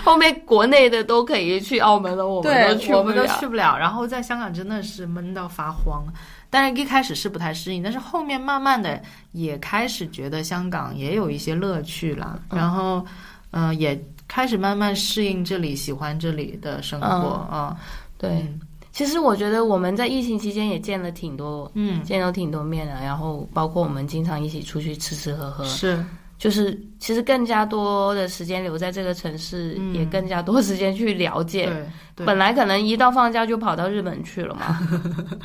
[SPEAKER 1] 后面国内的都可以去澳门了，我们都去
[SPEAKER 2] 我
[SPEAKER 1] 不
[SPEAKER 2] 们都
[SPEAKER 1] 了。
[SPEAKER 2] 去不了。然后在香港真的是闷到发慌，但是一开始是不太适应，但是后面慢慢的也开始觉得香港也有一些乐趣啦，
[SPEAKER 1] 嗯
[SPEAKER 2] 然后，呃，也开始慢慢适应这里，喜欢这里的生活啊。
[SPEAKER 1] 嗯对，其实我觉得我们在疫情期间也见了挺多，
[SPEAKER 2] 嗯，
[SPEAKER 1] 见了挺多面的，然后包括我们经常一起出去吃吃喝喝
[SPEAKER 2] 嗯，是，
[SPEAKER 1] 就是其实更加多的时间留在这个城市，
[SPEAKER 2] 嗯
[SPEAKER 1] 也更加多时间去了解。
[SPEAKER 2] 对
[SPEAKER 1] 本来可能一到放假就跑到日本去了嘛，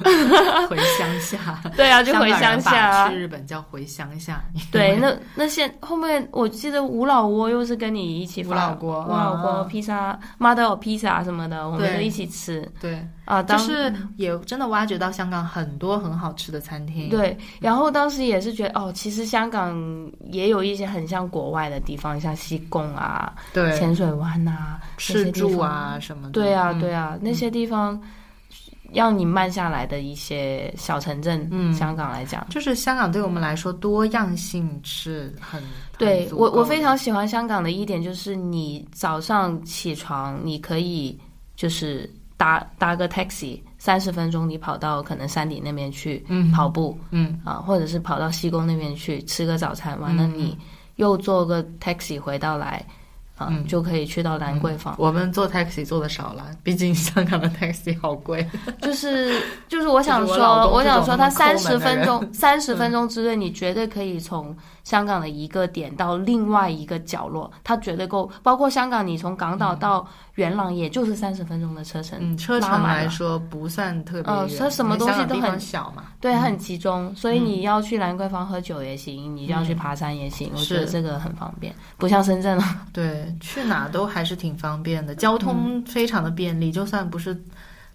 [SPEAKER 2] 对，回乡下，
[SPEAKER 1] 对 啊，就回
[SPEAKER 2] 香港
[SPEAKER 1] 乡
[SPEAKER 2] 人把
[SPEAKER 1] 下啊
[SPEAKER 2] 去。日本叫回乡下，
[SPEAKER 1] 对，那那现后面我记得吴老窝又是跟你一起
[SPEAKER 2] 吴
[SPEAKER 1] 发
[SPEAKER 2] 老锅
[SPEAKER 1] 吴老锅
[SPEAKER 2] 嗯
[SPEAKER 1] 披萨，妈都有披萨什么的，我们
[SPEAKER 2] 对
[SPEAKER 1] 都一起吃
[SPEAKER 2] 对，
[SPEAKER 1] 啊。
[SPEAKER 2] 就
[SPEAKER 1] 当
[SPEAKER 2] 是也真的挖掘到香港很多很好吃的餐厅。
[SPEAKER 1] 对，然后当时也是觉得哦，其实香港也有一些很像国外的地方，像西贡啊、
[SPEAKER 2] 对，
[SPEAKER 1] 浅水湾呐、
[SPEAKER 2] 吃住啊什么的。
[SPEAKER 1] 对啊，
[SPEAKER 2] 嗯
[SPEAKER 1] 对啊，那些地方让你慢下来的一些小城镇，
[SPEAKER 2] 嗯
[SPEAKER 1] 香港来讲。
[SPEAKER 2] 就是香港对我们来说多样性是很
[SPEAKER 1] 对
[SPEAKER 2] 很足
[SPEAKER 1] 我，
[SPEAKER 2] 够
[SPEAKER 1] 我
[SPEAKER 2] 的
[SPEAKER 1] 非常喜欢香港的一点就是，你早上起床，你可以就是搭搭个 taxi，三十分钟你跑到可能山顶那边去
[SPEAKER 2] 嗯
[SPEAKER 1] 跑步
[SPEAKER 2] 嗯
[SPEAKER 1] 啊、或者是跑到西贡那边去吃个早餐，完了
[SPEAKER 2] 嗯
[SPEAKER 1] 你又坐个 taxi 回到来，啊，
[SPEAKER 2] 嗯
[SPEAKER 1] 就可以去到兰桂坊。
[SPEAKER 2] 我们坐 taxi 坐的少了，毕竟香港的 taxi 好贵。
[SPEAKER 1] 就是就是我想
[SPEAKER 2] 就是我老
[SPEAKER 1] 说，
[SPEAKER 2] 公
[SPEAKER 1] 我
[SPEAKER 2] 这种
[SPEAKER 1] 想说，他
[SPEAKER 2] 抠门
[SPEAKER 1] 三
[SPEAKER 2] 的
[SPEAKER 1] 十分
[SPEAKER 2] 人 嗯
[SPEAKER 1] 钟，三十分钟之内，你绝对可以从香港的一个点到另外一个角落，它绝对够。包括香港，你从港岛到元朗，也就是三十分钟的车程。
[SPEAKER 2] 嗯，车
[SPEAKER 1] 拉
[SPEAKER 2] 程
[SPEAKER 1] 满
[SPEAKER 2] 来
[SPEAKER 1] 了
[SPEAKER 2] 说不算特别
[SPEAKER 1] 嗯
[SPEAKER 2] 远，
[SPEAKER 1] 它什么
[SPEAKER 2] 因为
[SPEAKER 1] 东西
[SPEAKER 2] 香港
[SPEAKER 1] 都
[SPEAKER 2] 地
[SPEAKER 1] 很
[SPEAKER 2] 方小嘛。
[SPEAKER 1] 对，它很集中，所以
[SPEAKER 2] 嗯
[SPEAKER 1] 你要去兰桂坊喝酒也行，你要去爬山也行，我觉得
[SPEAKER 2] 是
[SPEAKER 1] 这个很方便，不像深圳了。
[SPEAKER 2] 对，去哪都还是挺方便
[SPEAKER 1] 嗯
[SPEAKER 2] 的，交通非常的便利。就算不是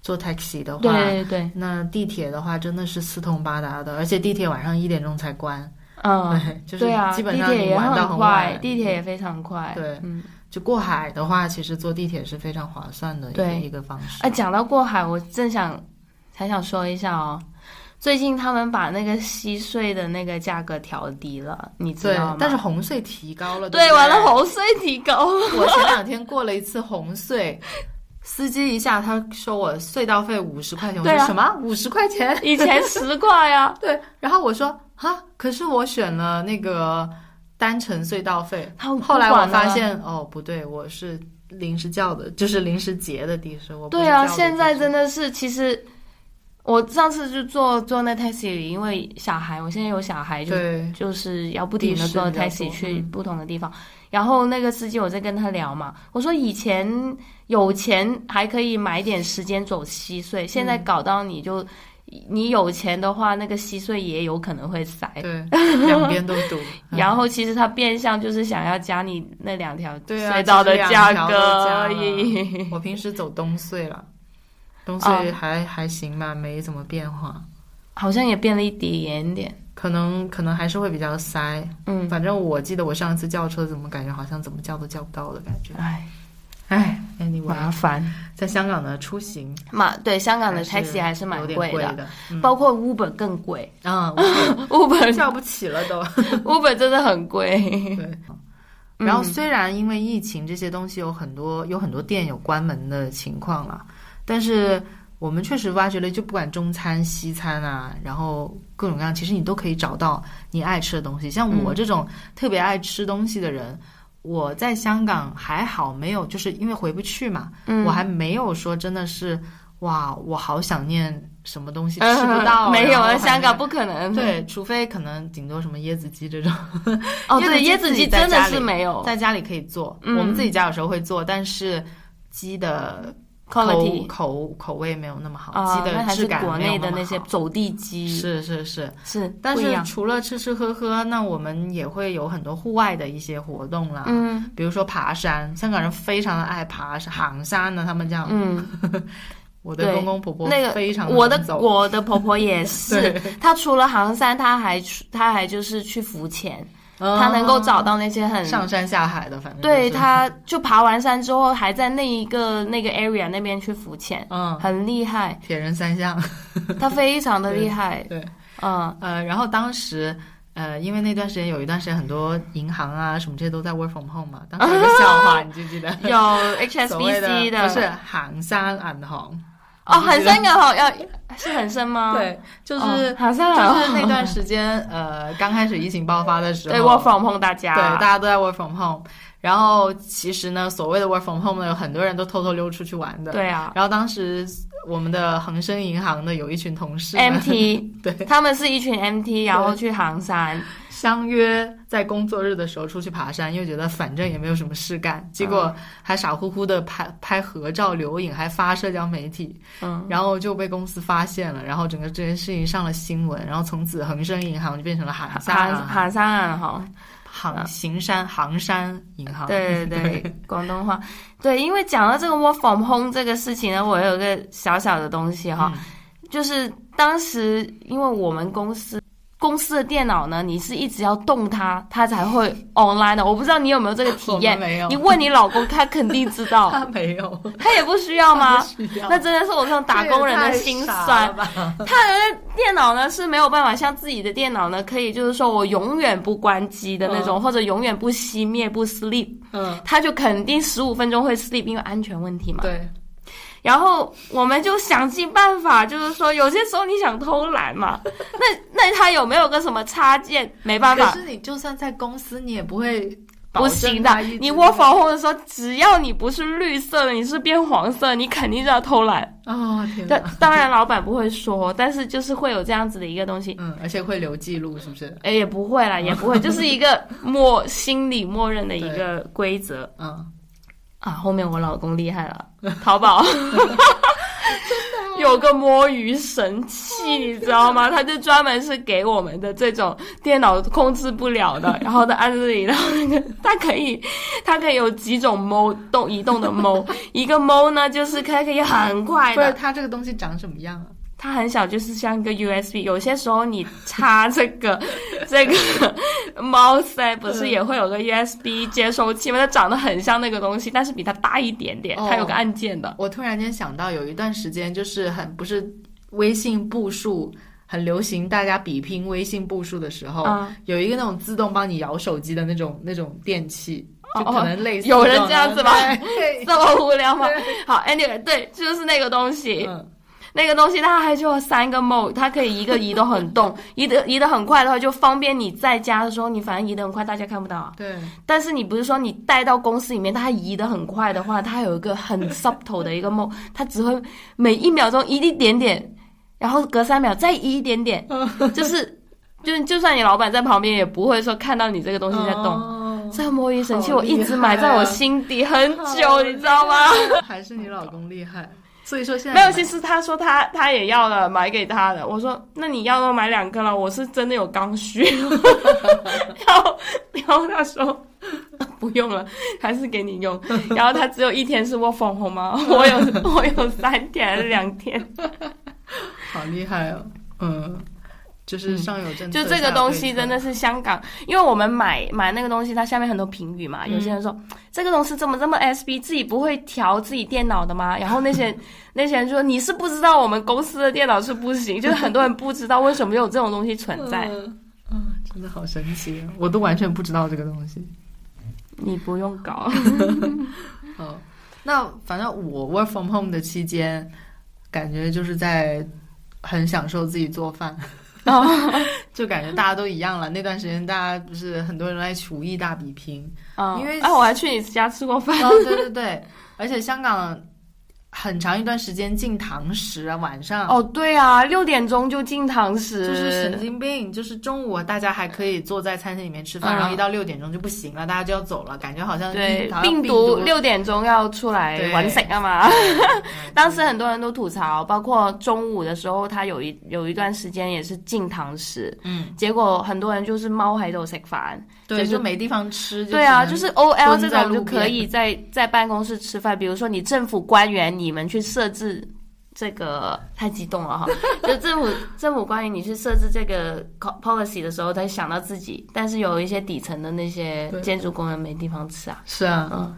[SPEAKER 2] 坐 taxi 的话，
[SPEAKER 1] 对对对，
[SPEAKER 2] 那地铁的话真的是四通八达的，而且地铁晚上一点钟才关，
[SPEAKER 1] 嗯，
[SPEAKER 2] 对， 就是
[SPEAKER 1] 对啊，
[SPEAKER 2] 基
[SPEAKER 1] 地
[SPEAKER 2] 本上
[SPEAKER 1] 铁
[SPEAKER 2] 你
[SPEAKER 1] 也
[SPEAKER 2] 玩到
[SPEAKER 1] 很
[SPEAKER 2] 晚嗯
[SPEAKER 1] 快，。地铁也非常快。
[SPEAKER 2] 对
[SPEAKER 1] 嗯。
[SPEAKER 2] 就过海的话，其实坐地铁是非常划算的一个
[SPEAKER 1] 对
[SPEAKER 2] 一个方式。
[SPEAKER 1] 哎，讲到过海，我正想还想说一下哦，最近他们把那个西隧的那个价格调低了，你知
[SPEAKER 2] 对
[SPEAKER 1] 道吗？，
[SPEAKER 2] 但是红隧提高了，
[SPEAKER 1] 对，
[SPEAKER 2] 不
[SPEAKER 1] 完了红隧提高了，
[SPEAKER 2] 我前两天过了一次红隧，司机一下他收我隧道费五十块钱，我
[SPEAKER 1] 对
[SPEAKER 2] 说
[SPEAKER 1] 啊
[SPEAKER 2] 什么五十块钱？
[SPEAKER 1] 以前十块啊，
[SPEAKER 2] 对， 然后我说啊，可是我选了那个单程隧道费，
[SPEAKER 1] 他不
[SPEAKER 2] 后来我
[SPEAKER 1] 管
[SPEAKER 2] 发
[SPEAKER 1] 了。
[SPEAKER 2] 现哦不对，我是临时叫的，就是临时结的的士，我不是
[SPEAKER 1] 对啊，
[SPEAKER 2] 叫的
[SPEAKER 1] 现在
[SPEAKER 2] 的士
[SPEAKER 1] 真的是，其实我上次就坐坐那 taxi，因为小孩，我现在有小孩，就
[SPEAKER 2] 对，
[SPEAKER 1] 就是要不停的坐
[SPEAKER 2] 的士比较
[SPEAKER 1] taxi
[SPEAKER 2] 多
[SPEAKER 1] 去
[SPEAKER 2] 嗯
[SPEAKER 1] 不同的地方。然后那个司机，我在跟他聊嘛，我说以前有钱还可以买点时间走西隧，现在搞到你就。你有钱的话，那个西隧也有可能会塞。
[SPEAKER 2] 对，两边都堵，
[SPEAKER 1] 然后其实他变相就是想要加你那两条
[SPEAKER 2] 对啊
[SPEAKER 1] 隧道的
[SPEAKER 2] 其实两
[SPEAKER 1] 价
[SPEAKER 2] 条
[SPEAKER 1] 格
[SPEAKER 2] 都加
[SPEAKER 1] 而已。
[SPEAKER 2] 嗯我平时走东隧了，东
[SPEAKER 1] 哦
[SPEAKER 2] 隧还、还行吧，没怎么变化，
[SPEAKER 1] 好像也变了一点点。
[SPEAKER 2] 可能可能还是会比较塞。
[SPEAKER 1] 嗯，
[SPEAKER 2] 反正我记得我上一次叫车，怎么感觉好像怎么叫都叫不到的感觉。
[SPEAKER 1] 唉，
[SPEAKER 2] 哎，anyway，
[SPEAKER 1] 麻烦。
[SPEAKER 2] 在香港的出行，
[SPEAKER 1] 嘛，对，嗯香港的
[SPEAKER 2] 还是
[SPEAKER 1] taxi 还是蛮
[SPEAKER 2] 有点
[SPEAKER 1] 贵
[SPEAKER 2] 贵
[SPEAKER 1] 的，
[SPEAKER 2] 的，嗯
[SPEAKER 1] 包括 Uber 更贵
[SPEAKER 2] 啊，我
[SPEAKER 1] ，Uber
[SPEAKER 2] 叫不起了都。
[SPEAKER 1] Uber 真的很贵。
[SPEAKER 2] 对。 然后
[SPEAKER 1] 嗯
[SPEAKER 2] 虽然因为疫情这些东西有很多有很多店有关门的情况了，但是我们确实挖掘了，就不管中餐、西餐啊，然后各种各样，其实你都可以找到你爱吃的东西。像
[SPEAKER 1] 嗯
[SPEAKER 2] 我这种特别爱吃东西的人，我在香港还好没有，就是因为回不去嘛，
[SPEAKER 1] 嗯，
[SPEAKER 2] 我还没有说真的是哇，我好想念什么东西
[SPEAKER 1] 嗯
[SPEAKER 2] 吃不到，
[SPEAKER 1] 没有
[SPEAKER 2] 啊，
[SPEAKER 1] 啊，香港不可能。
[SPEAKER 2] 对，除非可能顶多什么椰子鸡这种。
[SPEAKER 1] 哦，
[SPEAKER 2] 椰
[SPEAKER 1] 对，
[SPEAKER 2] 子鸡
[SPEAKER 1] 椰
[SPEAKER 2] 自
[SPEAKER 1] 子
[SPEAKER 2] 己
[SPEAKER 1] 鸡
[SPEAKER 2] 在
[SPEAKER 1] 真的
[SPEAKER 2] 家
[SPEAKER 1] 是
[SPEAKER 2] 里
[SPEAKER 1] 没有
[SPEAKER 2] 在家里可以做，
[SPEAKER 1] 哦嗯
[SPEAKER 2] 我们自己家有时候会做，但是鸡的口
[SPEAKER 1] quality
[SPEAKER 2] 口口味没有那么好，
[SPEAKER 1] 啊，
[SPEAKER 2] 鸡
[SPEAKER 1] 那
[SPEAKER 2] 的
[SPEAKER 1] 还
[SPEAKER 2] 质
[SPEAKER 1] 是
[SPEAKER 2] 感
[SPEAKER 1] 国
[SPEAKER 2] 没有
[SPEAKER 1] 内的
[SPEAKER 2] 么
[SPEAKER 1] 那些
[SPEAKER 2] 好
[SPEAKER 1] 走地鸡
[SPEAKER 2] 是是是，
[SPEAKER 1] 是
[SPEAKER 2] 但
[SPEAKER 1] 不一
[SPEAKER 2] 是
[SPEAKER 1] 样。
[SPEAKER 2] 除了吃吃喝喝，那我们也会有很多户外的一些活动啦，
[SPEAKER 1] 嗯
[SPEAKER 2] 比如说爬山，香港人非常的爱爬山，行山啊呢，他们这样，
[SPEAKER 1] 嗯，
[SPEAKER 2] 我的
[SPEAKER 1] 对
[SPEAKER 2] 公公婆婆
[SPEAKER 1] 那个
[SPEAKER 2] 非常地
[SPEAKER 1] 我的
[SPEAKER 2] 能走
[SPEAKER 1] 我的婆婆也是，
[SPEAKER 2] 对，
[SPEAKER 1] 她除了行山，她还去她还就是去浮潜，
[SPEAKER 2] 他
[SPEAKER 1] 她能够找到那些很
[SPEAKER 2] 嗯上山下海的，反正
[SPEAKER 1] 对，
[SPEAKER 2] 就是
[SPEAKER 1] 他哦就爬完山之后，还在那一个那个 area 那边去浮潜，
[SPEAKER 2] 嗯，
[SPEAKER 1] 很厉害，
[SPEAKER 2] 铁人三项。，
[SPEAKER 1] 他非常的厉害
[SPEAKER 2] 对对
[SPEAKER 1] 嗯
[SPEAKER 2] 呃，然后当时，呃，因为那段时间有一段时间很多银行啊什么这些都在 work from home 嘛，当时有个笑
[SPEAKER 1] 啊
[SPEAKER 2] 话，你记不记得？
[SPEAKER 1] 有
[SPEAKER 2] 所谓
[SPEAKER 1] HSBC
[SPEAKER 2] 不是行山银行，
[SPEAKER 1] 哦，很深的哦，要是很深吗？，
[SPEAKER 2] 对，就是、
[SPEAKER 1] 哦、好像
[SPEAKER 2] 就是那段时间，呃，刚开始疫情爆发的时候，
[SPEAKER 1] 对 work from home 大家，
[SPEAKER 2] 对大家都在 work from home，然后其实呢，所谓的 work from home 呢，有很多人都偷偷溜出去玩的，
[SPEAKER 1] 对啊
[SPEAKER 2] 然后当时我们的恒生银行的有一群同事呢
[SPEAKER 1] ，MT
[SPEAKER 2] 对，
[SPEAKER 1] 他们是一群 MT，然后去行山，
[SPEAKER 2] 相约在工作日的时候出去爬山，因为觉得反正也没有什么事干，
[SPEAKER 1] 嗯
[SPEAKER 2] 结果还傻乎乎的拍拍合照留影，还发社交媒体，
[SPEAKER 1] 嗯，
[SPEAKER 2] 然后就被公司发现了，然后整个这件事情上了新闻，然后从此恒生银行就变成了行山
[SPEAKER 1] 行
[SPEAKER 2] 行
[SPEAKER 1] 行山啊哈。
[SPEAKER 2] 行行山行山银行，
[SPEAKER 1] 对 对对，广东话。对，因为讲到这个 work from home 这个事情呢，我有一个小小的东西哈，就是当时因为我们公司。公司的电脑呢，你是一直要动它，它才会 online 的。我不知道你有没有这个体验
[SPEAKER 2] 我们没有，
[SPEAKER 1] 你问你老公，他肯定知 道，
[SPEAKER 2] 他啊没有，
[SPEAKER 1] 他也不需要吗？
[SPEAKER 2] 不需要
[SPEAKER 1] 那真的是我这种打工人的心酸。
[SPEAKER 2] 这也太傻了吧？
[SPEAKER 1] 他的电脑呢是没有办法像自己的电脑呢，可以就是说我永远不关机的那种，或者永远不熄灭不 sleep，
[SPEAKER 2] 嗯，
[SPEAKER 1] 他就肯定十五分钟会 sleep，因为安全问题嘛。
[SPEAKER 2] 对，
[SPEAKER 1] 然后我们就想尽办法，就是说有些时候你想偷懒嘛，那那他有没有个什么插件？没办
[SPEAKER 2] 可
[SPEAKER 1] 法，
[SPEAKER 2] 是你就算在公司，你也不会
[SPEAKER 1] 不行的，你 work from home 的时候，只要你不是绿色的，你是变黄色，你肯定就要偷懒。
[SPEAKER 2] 哦，天
[SPEAKER 1] 但
[SPEAKER 2] 哪！
[SPEAKER 1] 当然老板不会说，但是就是会有这样子的一个东西。
[SPEAKER 2] 嗯，而且会留记录，是不是？
[SPEAKER 1] 哎，也不会啦，也不会，就是一个默心里默认的一个规则
[SPEAKER 2] 嗯，
[SPEAKER 1] 啊。后面我老公厉害了，淘宝有个摸鱼神器，你知道吗？他就专门是给我们的这种电脑控制不了的，然后他按这里，然后那个它可以，它可以有几种 mode 动移动的 mode，一个 mode 呢就是它可以很快
[SPEAKER 2] 不
[SPEAKER 1] 的
[SPEAKER 2] 是，它这个东西长什么样啊？
[SPEAKER 1] 它很小，就是像一个 USB。有些时候你插这 个这个 mouse 哎不是也会有
[SPEAKER 2] 嗯
[SPEAKER 1] 个 USB 接收器吗？它长得很像那个东西，但是比它大一点点，
[SPEAKER 2] 哦
[SPEAKER 1] 它有个按键的。
[SPEAKER 2] 我突然间想到，有一段时间就是很不是微信步数很流行，大家比拼微信步数的时候，
[SPEAKER 1] 啊
[SPEAKER 2] 有一个那种自动帮你摇手机的那种那种电器，
[SPEAKER 1] 哦
[SPEAKER 2] 就可能类似
[SPEAKER 1] 有
[SPEAKER 2] 这
[SPEAKER 1] 人
[SPEAKER 2] 种
[SPEAKER 1] 这样子吗
[SPEAKER 2] 对，
[SPEAKER 1] 这么无聊吗？好，anyway，对，就是那个东西，
[SPEAKER 2] 嗯，
[SPEAKER 1] 那个东西它还就有三个 mode，它可以一个移动很动，移得移得很快的话，就方便你在家的时候，你反正移得很快，大家看不到啊。
[SPEAKER 2] 对，
[SPEAKER 1] 但是你不是说你带到公司里面，它还移得很快的话，它还有一个很 subtle 的一个梦，它只会每一秒钟移一点点，然后隔三秒再移一点 点，就是就就算你老板在旁边也不会说看到你这个东西在动。
[SPEAKER 2] 动，
[SPEAKER 1] 这个摸鱼神器我
[SPEAKER 2] 哦好厉害啊
[SPEAKER 1] 一直埋在我心底很
[SPEAKER 2] 啊
[SPEAKER 1] 久，你知道吗？？
[SPEAKER 2] 还是你老公厉害，所以说现在
[SPEAKER 1] 没有，
[SPEAKER 2] 你
[SPEAKER 1] 其实他说他他也要了，买给他的。我说那你要都买两个了，我是真的有刚 需。然后然后他说不用了，还是给你用。然后他只有一天是 work from home 吗？我有我有三天还是两天？
[SPEAKER 2] 好厉害哦，嗯，就是上有政策，
[SPEAKER 1] 嗯就这
[SPEAKER 2] 下
[SPEAKER 1] 个
[SPEAKER 2] 有
[SPEAKER 1] 东
[SPEAKER 2] 对
[SPEAKER 1] 西
[SPEAKER 2] 策
[SPEAKER 1] 真的是香港，因为我们买买那个东西，它下面很多评语嘛。
[SPEAKER 2] 嗯
[SPEAKER 1] 有些人说、这个东西怎么这么 SB，自己不会调自己电脑的吗？然后那 些那些人说你是不知道我们公司的电脑是不行，就是很多人不知道为什么有这种东西存在。
[SPEAKER 2] 嗯嗯，真的好神奇，啊 我都完全不知道这个东西。
[SPEAKER 1] 你不用 搞，
[SPEAKER 2] 哦，那反正我 work from home 的期间，感觉就是在很享受自己做饭， 就感觉大家都一样了。那段时间大家不是很多人来厨艺大比拼，
[SPEAKER 1] 嗯
[SPEAKER 2] 因为
[SPEAKER 1] 啊，我还去你家吃过饭。
[SPEAKER 2] 哦，对对对，而且香港很长一段时间进堂食啊，晚上。
[SPEAKER 1] 哦，对啊，六点钟就进堂食，
[SPEAKER 2] 就是神经病，就是中午大家还可以坐在餐厅里面吃饭，
[SPEAKER 1] 嗯
[SPEAKER 2] 然后一到六点钟就不行了，大家就要走了，感觉好像
[SPEAKER 1] 对
[SPEAKER 2] 好像
[SPEAKER 1] 病
[SPEAKER 2] 病
[SPEAKER 1] 毒六点钟要出来
[SPEAKER 2] 对
[SPEAKER 1] 玩食啊嘛。
[SPEAKER 2] 嗯
[SPEAKER 1] 当时很多人都吐槽，包括中午的时候，他有一有一段时间也是禁堂食，
[SPEAKER 2] 嗯，
[SPEAKER 1] 结果很多人就是猫喺度食饭。
[SPEAKER 2] 对，
[SPEAKER 1] 就是
[SPEAKER 2] 就没地方吃，
[SPEAKER 1] 对啊，
[SPEAKER 2] 只
[SPEAKER 1] 就
[SPEAKER 2] 能
[SPEAKER 1] 是 O L
[SPEAKER 2] 蹲
[SPEAKER 1] 这
[SPEAKER 2] 在
[SPEAKER 1] 种
[SPEAKER 2] 路
[SPEAKER 1] 就可以在在办公室吃饭，比如说你政府官员，你们去设置。这个太激动了哈！ 就政府政府官员，你去设置这个 co- policy 的时候，他想到自己，但是有一些底层的那些
[SPEAKER 2] 对
[SPEAKER 1] 建筑工人没地方吃啊。
[SPEAKER 2] 是啊，
[SPEAKER 1] 嗯，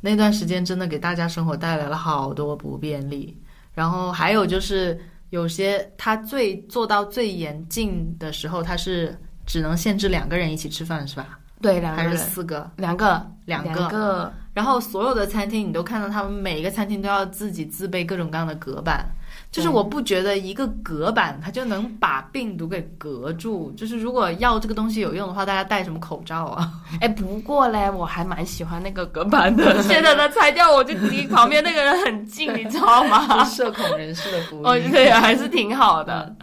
[SPEAKER 2] 那段时间真的给大家生活带来了好多不便利，然后还有就是有些他最做到最严禁的时候，他是只能限制两个人一起吃饭是吧？
[SPEAKER 1] 对，两个
[SPEAKER 2] 还是
[SPEAKER 1] 人，
[SPEAKER 2] 四个？
[SPEAKER 1] 两个，
[SPEAKER 2] 两个
[SPEAKER 1] 两个，
[SPEAKER 2] 然后所有的餐厅你都看到他们每个餐厅都要自己自备各种各样的隔板，就是
[SPEAKER 1] 对
[SPEAKER 2] 我不觉得一个隔板它就能把病毒给隔住，就是如果要这个东西有用的话，大家戴什么口罩啊？
[SPEAKER 1] 哎，不过嘞，我还蛮喜欢那个隔板的。 现在他拆掉，我就离旁边那个人很 近，你知道
[SPEAKER 2] 就
[SPEAKER 1] 吗？
[SPEAKER 2] 是社恐人士的福
[SPEAKER 1] 哦，
[SPEAKER 2] 音。
[SPEAKER 1] 对，还是挺好的。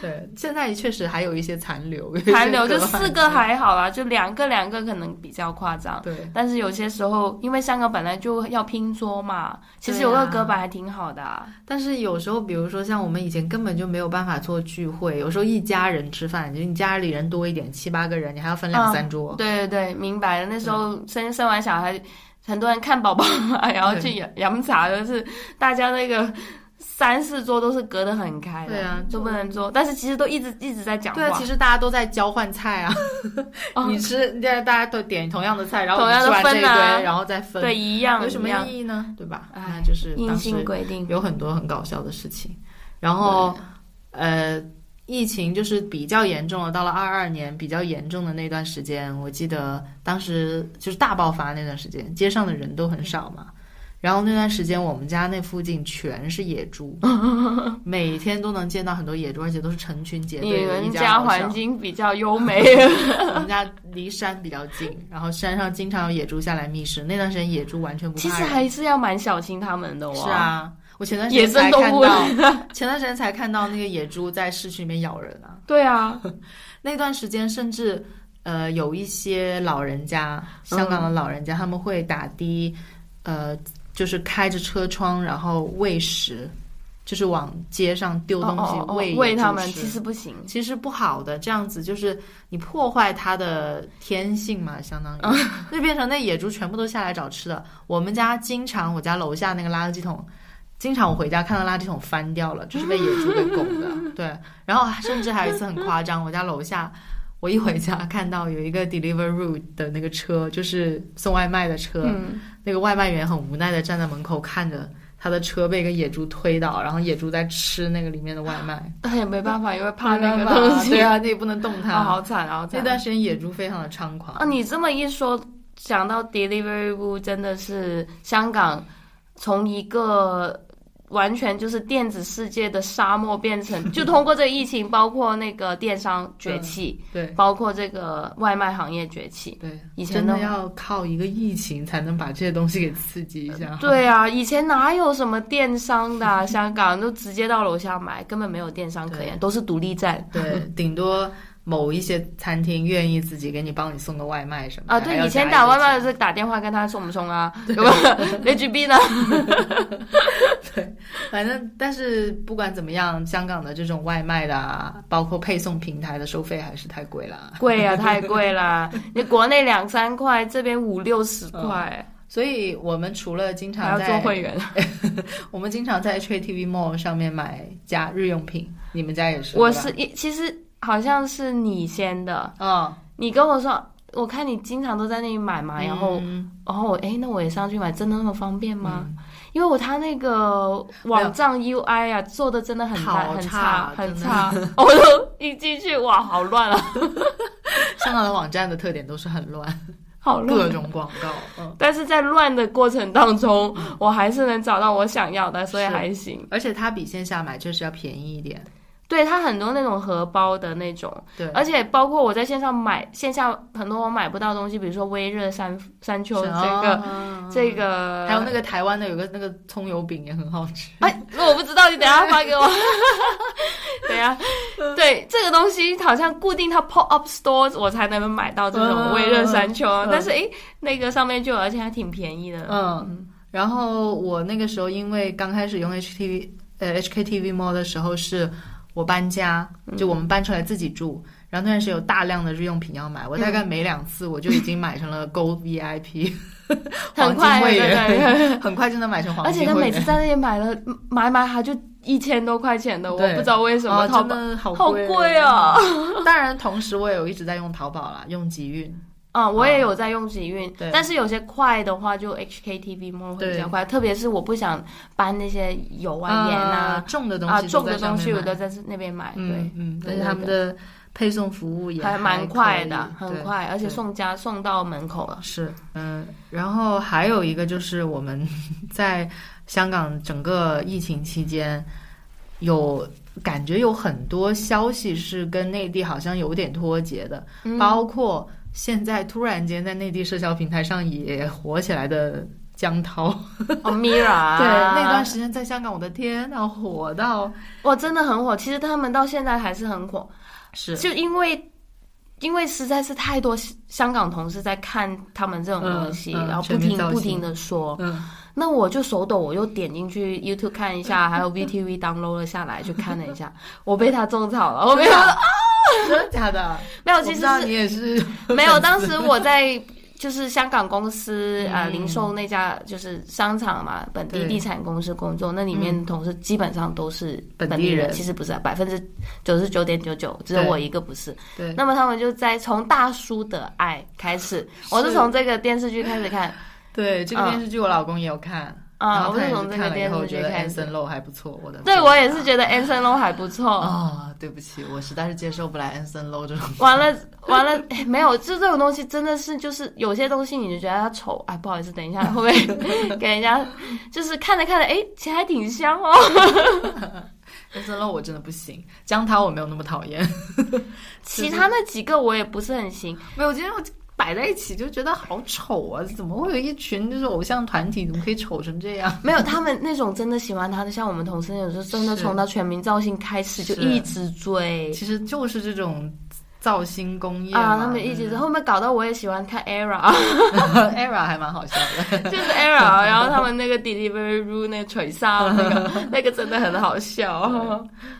[SPEAKER 2] 对，现在确实还有一些残 留，
[SPEAKER 1] 残留就
[SPEAKER 2] 隔板
[SPEAKER 1] 四个还好啦，就两个两个可能比较夸张。
[SPEAKER 2] 对，
[SPEAKER 1] 但是有些时候，因为香港本来就要拼桌嘛，其实有个隔板还挺好的啊、
[SPEAKER 2] 但是有时候，比如说像我们以前根本就没有办法做聚会，有时候一家人吃饭，就你家里人多一点，七八个人，你还要分两
[SPEAKER 1] 嗯
[SPEAKER 2] 三桌。
[SPEAKER 1] 对对对，明白了。那时候生生完小孩，很多人看宝宝嘛， 然后去饮饮茶，就是大家那个三四桌都是隔得很开的，
[SPEAKER 2] 对啊
[SPEAKER 1] 都不能坐。但是其实都一直一直在讲话。
[SPEAKER 2] 对啊，其实大家都在交换菜啊，
[SPEAKER 1] 哦
[SPEAKER 2] 你吃，大家都点同样的菜，然后
[SPEAKER 1] 同
[SPEAKER 2] 你
[SPEAKER 1] 样的
[SPEAKER 2] 吃完这一堆，
[SPEAKER 1] 分啊
[SPEAKER 2] 然后再分，
[SPEAKER 1] 对，一样
[SPEAKER 2] 有什么
[SPEAKER 1] 一样
[SPEAKER 2] 意义呢？对吧？
[SPEAKER 1] 哎
[SPEAKER 2] 那就是当
[SPEAKER 1] 硬
[SPEAKER 2] 时
[SPEAKER 1] 性规定？
[SPEAKER 2] 有很多很搞笑的事情。然后，呃，疫情就是比较严重了。到了二二年比较严重的那段时间，我记得当时就是大爆发那段时间，街上的人都很少嘛。然后那段时间，我们家那附近全是野 猪，每天都能见到很多野猪，而且都是成群结
[SPEAKER 1] 你
[SPEAKER 2] 队的。
[SPEAKER 1] 们
[SPEAKER 2] 一
[SPEAKER 1] 家
[SPEAKER 2] 家老小
[SPEAKER 1] 环，境比较优 美，
[SPEAKER 2] 我们家离山比较近，然后山上经常有野猪下来觅食。那段时间野猪完全不怕
[SPEAKER 1] 其
[SPEAKER 2] 人。
[SPEAKER 1] 实还是要蛮小心他们的哦。
[SPEAKER 2] 是，啊，我前段时
[SPEAKER 1] 野
[SPEAKER 2] 间
[SPEAKER 1] 生
[SPEAKER 2] 才
[SPEAKER 1] 动
[SPEAKER 2] 看
[SPEAKER 1] 物。
[SPEAKER 2] 到，前段时间才看到那个野猪在市区里面咬人啊。
[SPEAKER 1] 对啊，
[SPEAKER 2] 那段时间甚至呃有一些老人家，
[SPEAKER 1] 嗯
[SPEAKER 2] 香港的老人家、他们会打的，呃，就是开着车窗然后喂食，就是往街上丢东
[SPEAKER 1] 哦
[SPEAKER 2] 西
[SPEAKER 1] 哦哦
[SPEAKER 2] 喂、
[SPEAKER 1] 喂他们其实不行。
[SPEAKER 2] 其实不好的，这样子就是你破坏它的天性嘛，相当于就变成那野猪全部都下来找吃的。我们家经常，我家楼下那个垃圾桶，经常我回家看到垃圾桶翻掉了，就是被野猪给拱的。对，然后甚至还有一次很夸张，我家楼下。我一回家看到有一个 Deliveroo 的那个车，就是送外卖的车，
[SPEAKER 1] 嗯，
[SPEAKER 2] 那个外卖员很无奈的站在门口看着他的车被一个野猪推倒，然后野猪在吃那个里面的外卖。
[SPEAKER 1] 但也没办法，因为怕
[SPEAKER 2] 没
[SPEAKER 1] 那个
[SPEAKER 2] 办法
[SPEAKER 1] 东西。
[SPEAKER 2] 对啊，那也不能动它。
[SPEAKER 1] 啊，好惨，好
[SPEAKER 2] 那
[SPEAKER 1] 惨。
[SPEAKER 2] 段时间野猪非常的猖狂。
[SPEAKER 1] 啊，你这么一说，想到 Deliveroo 真的是香港从一个完全就是电子世界的沙漠变成，就通过这疫情，包括那个电商崛起，
[SPEAKER 2] 对
[SPEAKER 1] 包括这个外卖行业崛起。
[SPEAKER 2] 对，
[SPEAKER 1] 以前
[SPEAKER 2] 真的
[SPEAKER 1] 的
[SPEAKER 2] 要靠一个疫情才能把这些东西给刺激一下。
[SPEAKER 1] 对啊，以前哪有什么电商的、啊，香港都直接到楼下买，根本没有电商可言，都是独立站。
[SPEAKER 2] 对，顶多某一些餐厅愿意自己给你帮你送个外卖什么的
[SPEAKER 1] 啊，
[SPEAKER 2] 还
[SPEAKER 1] 对，
[SPEAKER 2] 要
[SPEAKER 1] 以前
[SPEAKER 2] 加
[SPEAKER 1] 打
[SPEAKER 2] 一个
[SPEAKER 1] 外卖
[SPEAKER 2] 钱
[SPEAKER 1] 是打电话跟他送不送啊，对吧 ？HB 呢？
[SPEAKER 2] 反正但是不管怎么样，香港的这种外卖的啊，包括配送平台的收费还是太贵了。
[SPEAKER 1] 贵啊，太贵 啦！你国内两三块，这边五六十块，
[SPEAKER 2] 所以我们除了经
[SPEAKER 1] 还
[SPEAKER 2] 常
[SPEAKER 1] 要做
[SPEAKER 2] 在
[SPEAKER 1] 会员。
[SPEAKER 2] 我们经常在 KTV Mall 上面买家日用品，你们家也是？
[SPEAKER 1] 我
[SPEAKER 2] 对吧
[SPEAKER 1] 是一，其实好像是你先的，
[SPEAKER 2] 嗯，
[SPEAKER 1] 你跟我说，我看你经常都在那里买嘛，然后，
[SPEAKER 2] 嗯
[SPEAKER 1] 然后我，哎，那我也上去买，真的那么方便吗？因为我他那个
[SPEAKER 2] 没有
[SPEAKER 1] 网站 UI 啊，做的真的很烂
[SPEAKER 2] 好
[SPEAKER 1] 很
[SPEAKER 2] 差
[SPEAKER 1] 差，很
[SPEAKER 2] 真的
[SPEAKER 1] 差， 我都一进去，哇，好乱 啊，
[SPEAKER 2] 香港的网站的特点都是很乱，
[SPEAKER 1] 好乱
[SPEAKER 2] 各。种广告。嗯，
[SPEAKER 1] 但是在乱的过程当中，我还是能找到我想要的，所以
[SPEAKER 2] 是
[SPEAKER 1] 还行。
[SPEAKER 2] 而且它比线下买确实要便宜一点。
[SPEAKER 1] 对它很多那种荷包的那种，
[SPEAKER 2] 对，
[SPEAKER 1] 而且包括我在线上买，线下很多我买不到东西，比如说微热山山丘
[SPEAKER 2] 是
[SPEAKER 1] 这
[SPEAKER 2] 哦嗯
[SPEAKER 1] 个、这个，
[SPEAKER 2] 还有那个台湾的有个那个葱油饼也很好吃。
[SPEAKER 1] 哎，我不知道，你等一下发给 我。等一下，
[SPEAKER 2] 嗯
[SPEAKER 1] 对这个东西好像固定它 pop up stores 我才能买到这
[SPEAKER 2] 嗯
[SPEAKER 1] 种微热山丘，
[SPEAKER 2] 嗯嗯嗯
[SPEAKER 1] 但是诶，那个上面就有，而且还挺便宜的。
[SPEAKER 2] 嗯，然后我那个时候因为刚开始用 HTV 呃 HKTV Mall 的时候是。我搬家，
[SPEAKER 1] 嗯
[SPEAKER 2] 就我们搬出来自己住，然后那段时间有大量的日用品要买，我
[SPEAKER 1] 嗯
[SPEAKER 2] 大概每两次我就已经买成了 Go VIP，
[SPEAKER 1] 很快
[SPEAKER 2] 黄金会员
[SPEAKER 1] 对对
[SPEAKER 2] 很快就能买成黄
[SPEAKER 1] 而且
[SPEAKER 2] 金
[SPEAKER 1] 他
[SPEAKER 2] 会
[SPEAKER 1] 每次
[SPEAKER 2] 员。
[SPEAKER 1] 在那里买了买买还就一千多块钱的，我
[SPEAKER 2] 对
[SPEAKER 1] 不知道为什么
[SPEAKER 2] 啊
[SPEAKER 1] 淘
[SPEAKER 2] 真
[SPEAKER 1] 宝、
[SPEAKER 2] 的好
[SPEAKER 1] 好贵哦。
[SPEAKER 2] 当然，同时我也有一直在用淘宝啦，用集运。
[SPEAKER 1] 啊、我也有在用集运，
[SPEAKER 2] 对
[SPEAKER 1] 但是有些快的话就 HKTV Mall 会比较快，特别是我不想搬那些油啊、盐
[SPEAKER 2] 啊，
[SPEAKER 1] 啊、
[SPEAKER 2] 重的东
[SPEAKER 1] 啊
[SPEAKER 2] 西
[SPEAKER 1] 重
[SPEAKER 2] 都
[SPEAKER 1] 的
[SPEAKER 2] 在上
[SPEAKER 1] 东
[SPEAKER 2] 面
[SPEAKER 1] 西，我
[SPEAKER 2] 买
[SPEAKER 1] 都在那边买，
[SPEAKER 2] 嗯嗯，
[SPEAKER 1] 对
[SPEAKER 2] 但是他们的配送服务也
[SPEAKER 1] 对，还蛮快的，
[SPEAKER 2] 可以
[SPEAKER 1] 很。快，而且送家送到门口了
[SPEAKER 2] 对。是，嗯，然后还有一个就是我们 在香港整个疫情期间，有感觉有很多消息是跟内地好像有点脱节的，
[SPEAKER 1] 嗯
[SPEAKER 2] 包括现在突然间在内地社交平台上也火起来的江涛，
[SPEAKER 1] 哦，Mira，啊
[SPEAKER 2] 对，那段时间在香港，我的天呐，火到
[SPEAKER 1] 哇，真的很火。其实他们到现在还是很火，
[SPEAKER 2] 是
[SPEAKER 1] 就因为。因为实在是太多香港同事在看他们这种东西，
[SPEAKER 2] 嗯嗯
[SPEAKER 1] 然后不
[SPEAKER 2] 全民
[SPEAKER 1] 停
[SPEAKER 2] 造
[SPEAKER 1] 不
[SPEAKER 2] 星
[SPEAKER 1] 停的说，
[SPEAKER 2] 嗯，
[SPEAKER 1] 那我就手抖，我又点进去 YouTube 看一 下，还有 VTV download 了下来去看了一下，我被他种草了，我 没有
[SPEAKER 2] 啊真的假的？
[SPEAKER 1] 没有，
[SPEAKER 2] 我
[SPEAKER 1] 其
[SPEAKER 2] 不
[SPEAKER 1] 实
[SPEAKER 2] 知道
[SPEAKER 1] 是
[SPEAKER 2] 你也是
[SPEAKER 1] 没有，当时我在。就是香港公司啊、呃
[SPEAKER 2] 嗯
[SPEAKER 1] 零售那家就是商场嘛，本地
[SPEAKER 2] 对嗯
[SPEAKER 1] 地产公司工作，那里面同事基本上都是
[SPEAKER 2] 本地
[SPEAKER 1] 地
[SPEAKER 2] 人
[SPEAKER 1] 其实不是啊百分之九十九点九九，只有
[SPEAKER 2] 对
[SPEAKER 1] 我一个不是。
[SPEAKER 2] 对
[SPEAKER 1] 那么他们就在从《大叔的爱》开始，我是
[SPEAKER 2] 是
[SPEAKER 1] 从这个电视剧开始看
[SPEAKER 2] 对这个
[SPEAKER 1] 嗯
[SPEAKER 2] 电视剧，我老公也有看然
[SPEAKER 1] 啊，
[SPEAKER 2] 后
[SPEAKER 1] 我
[SPEAKER 2] 他也
[SPEAKER 1] 从这个
[SPEAKER 2] 看了以
[SPEAKER 1] 电
[SPEAKER 2] 后
[SPEAKER 1] 视剧
[SPEAKER 2] 觉得
[SPEAKER 1] 开始
[SPEAKER 2] Anson Lo 还不错，我的
[SPEAKER 1] 对
[SPEAKER 2] 天
[SPEAKER 1] 我也
[SPEAKER 2] 哪
[SPEAKER 1] 是觉得 Anson Lo 还不错，
[SPEAKER 2] 啊，对不起，我实在是接受不来 Anson Low 这种。
[SPEAKER 1] 完了完了， 哎没有，就这种东西真的是就是有些东西你就觉得它丑，哎，不好意思，等 一下会不会给人家就是看着看着，哎，其实还挺香哦。
[SPEAKER 2] Anson Low 我真的不行，江涛我没有那么讨厌，
[SPEAKER 1] 其他那几个我也不是很行，
[SPEAKER 2] 没有，我觉得我摆在一起就觉得好丑啊！怎么会有一群就是偶像团体，怎么可以丑成这样？
[SPEAKER 1] 没有他们那种真的喜欢他的，像我们同事那种，就真的
[SPEAKER 2] 是
[SPEAKER 1] 从他全民造星开始就是一直追。
[SPEAKER 2] 其实就是这种造星工业
[SPEAKER 1] 啊，
[SPEAKER 2] 嘛
[SPEAKER 1] 他们一直
[SPEAKER 2] 嗯
[SPEAKER 1] 后面搞到我也喜欢看 ERA，
[SPEAKER 2] era 还蛮好笑的。
[SPEAKER 1] 就是 ERA，然后他们那个 Delivery Rule 那个锤杀那 个那个真的很好笑。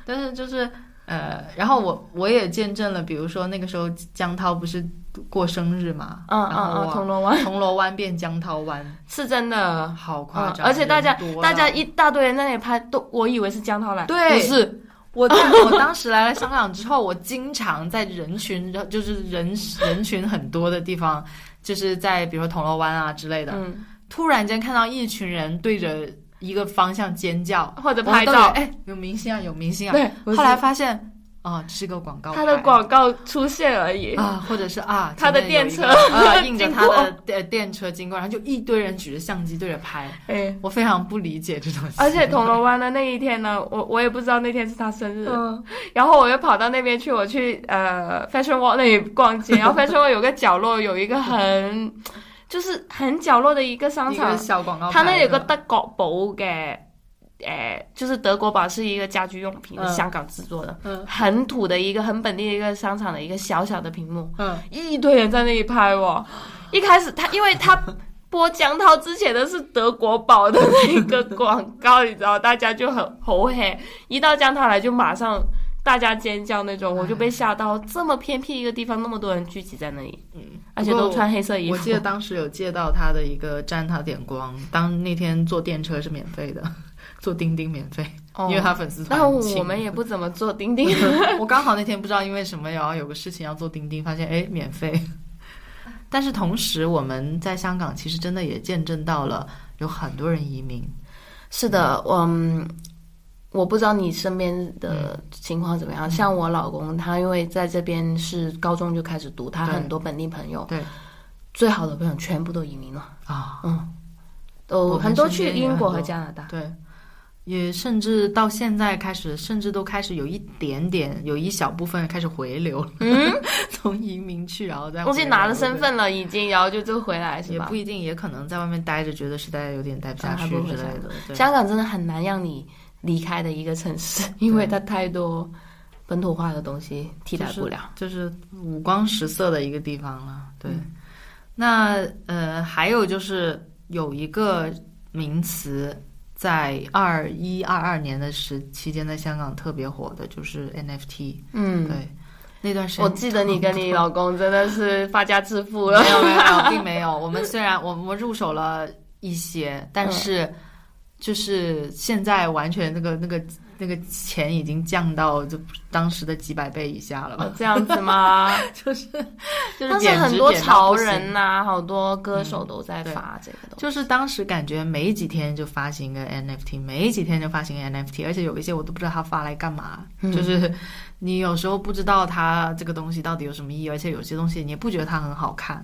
[SPEAKER 2] 但是就是呃，然后我我也见证了，比如说那个时候江涛不是过生日嘛，
[SPEAKER 1] 嗯
[SPEAKER 2] 然后
[SPEAKER 1] 嗯嗯，
[SPEAKER 2] 哇
[SPEAKER 1] 铜锣湾
[SPEAKER 2] 铜锣湾变江涛湾，
[SPEAKER 1] 是真的，
[SPEAKER 2] 好夸
[SPEAKER 1] 嗯，
[SPEAKER 2] 张！
[SPEAKER 1] 而且大家
[SPEAKER 2] 人多到
[SPEAKER 1] 大家一大堆人在那里拍，都我以为是江涛来，
[SPEAKER 2] 对
[SPEAKER 1] 不是，
[SPEAKER 2] 我在我当时来了香港之后，我经常在人群，就是人人群很多的地方，就是在比如说铜锣湾啊之类的，
[SPEAKER 1] 嗯，
[SPEAKER 2] 突然间看到一群人对着一个方向尖叫，
[SPEAKER 1] 或者
[SPEAKER 2] 我
[SPEAKER 1] 拍
[SPEAKER 2] 都以为
[SPEAKER 1] 照，哎
[SPEAKER 2] 哎，有明星啊，有明星啊。
[SPEAKER 1] 对，不是
[SPEAKER 2] 后来发现啊，这是个广告牌，
[SPEAKER 1] 他的广告出现而已，
[SPEAKER 2] 啊，或者是 啊，
[SPEAKER 1] 他的
[SPEAKER 2] 前面有一个
[SPEAKER 1] 电
[SPEAKER 2] 啊，印着他
[SPEAKER 1] 经
[SPEAKER 2] 的电电车经过，然后就一堆人举着相机对着拍，
[SPEAKER 1] 哎。
[SPEAKER 2] 我非常不理解这种行为，
[SPEAKER 1] 而且 铜锣湾的那一天呢，我我也不知道那天是他生日，
[SPEAKER 2] 嗯
[SPEAKER 1] 然后我又跑到那边去，我去呃 Fashion Wall 那里逛街，然后 Fashion Wall 有个角落有一个很，就是很角落的一个商
[SPEAKER 2] 一
[SPEAKER 1] 场
[SPEAKER 2] 个，小广告牌，
[SPEAKER 1] 它那里有个
[SPEAKER 2] 是吧
[SPEAKER 1] 德国宝嘅，呃，就是德国宝是一个家居用品，
[SPEAKER 2] 嗯
[SPEAKER 1] 香港制作的，
[SPEAKER 2] 嗯
[SPEAKER 1] 很土的一个很本地的一个商场的一个小小的屏幕，
[SPEAKER 2] 嗯。
[SPEAKER 1] 一堆人在那里拍我。一开始他因为他播江涛之前的是德国宝的那个广告，你知道，大家就很吼嘿，一到江涛来就马上。大家尖叫那种，我就被吓到。这么偏僻一个地方，那么多人聚集在那里，
[SPEAKER 2] 嗯，
[SPEAKER 1] 而且
[SPEAKER 2] 不过
[SPEAKER 1] 都穿黑色衣
[SPEAKER 2] 我
[SPEAKER 1] 服。
[SPEAKER 2] 记得当时有借到他的一个沾他点光，当那天坐电车是免费的， 坐钉钉免费，
[SPEAKER 1] 哦
[SPEAKER 2] 因为他粉丝团
[SPEAKER 1] 但
[SPEAKER 2] 很轻。
[SPEAKER 1] 我们也不怎么坐钉钉，
[SPEAKER 2] 我刚好那天不知道因为什么，然后有个事情要做钉钉，发现哎免费。但是同时，我们在香港其实真的也见证到了有很多人移民，
[SPEAKER 1] 是的，嗯，我不知道你身边的
[SPEAKER 2] 嗯
[SPEAKER 1] 情况怎么样。像我老公，他因为在这边是高中就开始读，他
[SPEAKER 2] 对
[SPEAKER 1] 很多本地朋友，
[SPEAKER 2] 对
[SPEAKER 1] 最好的朋友全部都移民了，
[SPEAKER 2] 啊、
[SPEAKER 1] 嗯，
[SPEAKER 2] 我
[SPEAKER 1] 都
[SPEAKER 2] 们
[SPEAKER 1] 很多
[SPEAKER 2] 身
[SPEAKER 1] 去
[SPEAKER 2] 边也
[SPEAKER 1] 英国
[SPEAKER 2] 很
[SPEAKER 1] 和
[SPEAKER 2] 多
[SPEAKER 1] 加拿大。
[SPEAKER 2] 对，也甚至到现在开始，甚至都开始有一点点，有一小部分开始回流，
[SPEAKER 1] 嗯，
[SPEAKER 2] 从移民去，然后再
[SPEAKER 1] 我已
[SPEAKER 2] 回
[SPEAKER 1] 经拿
[SPEAKER 2] 流
[SPEAKER 1] 了身
[SPEAKER 2] 对啊
[SPEAKER 1] 份了，已经，然后就就回来是
[SPEAKER 2] 也
[SPEAKER 1] 吧
[SPEAKER 2] 不？一定，也可能在外面待着，觉得实在有点待不
[SPEAKER 1] 啊
[SPEAKER 2] 下
[SPEAKER 1] 还
[SPEAKER 2] 去
[SPEAKER 1] 不回
[SPEAKER 2] 之类
[SPEAKER 1] 家
[SPEAKER 2] 的。对
[SPEAKER 1] 香港真的很难让你离开的一个城 市，因为它太多本土化的东西替代不了。
[SPEAKER 2] 就是五光十色的一个地方了。对，
[SPEAKER 1] 嗯
[SPEAKER 2] 那呃，还有就是有一个名词在二一二二年的时期间，在香港特别火的，就是 NFT、
[SPEAKER 1] 嗯，
[SPEAKER 2] 对，那段时间
[SPEAKER 1] 我记得你跟 你老公真的是发家致富了。
[SPEAKER 2] 没有没有， 并没有。我们虽然我们入手了一些，但
[SPEAKER 1] 嗯
[SPEAKER 2] 是就是现在完全那个那个那个钱已经降到就当时的几百倍以下了吧？
[SPEAKER 1] 这样子吗？
[SPEAKER 2] 就是
[SPEAKER 1] 但嗯是
[SPEAKER 2] 贬值
[SPEAKER 1] 很多
[SPEAKER 2] 贬到
[SPEAKER 1] 潮
[SPEAKER 2] 不行嗯
[SPEAKER 1] 人呐、好多歌手都在发这个东西。
[SPEAKER 2] 就是当时感觉没几天就发行个 NFT，没几天就发行个 NFT，而且有一些我都不知道他发来干嘛。
[SPEAKER 1] 嗯
[SPEAKER 2] 就是你有时候不知道它这个东西到底有什么意义，而且有些东西你也不觉得它很好看，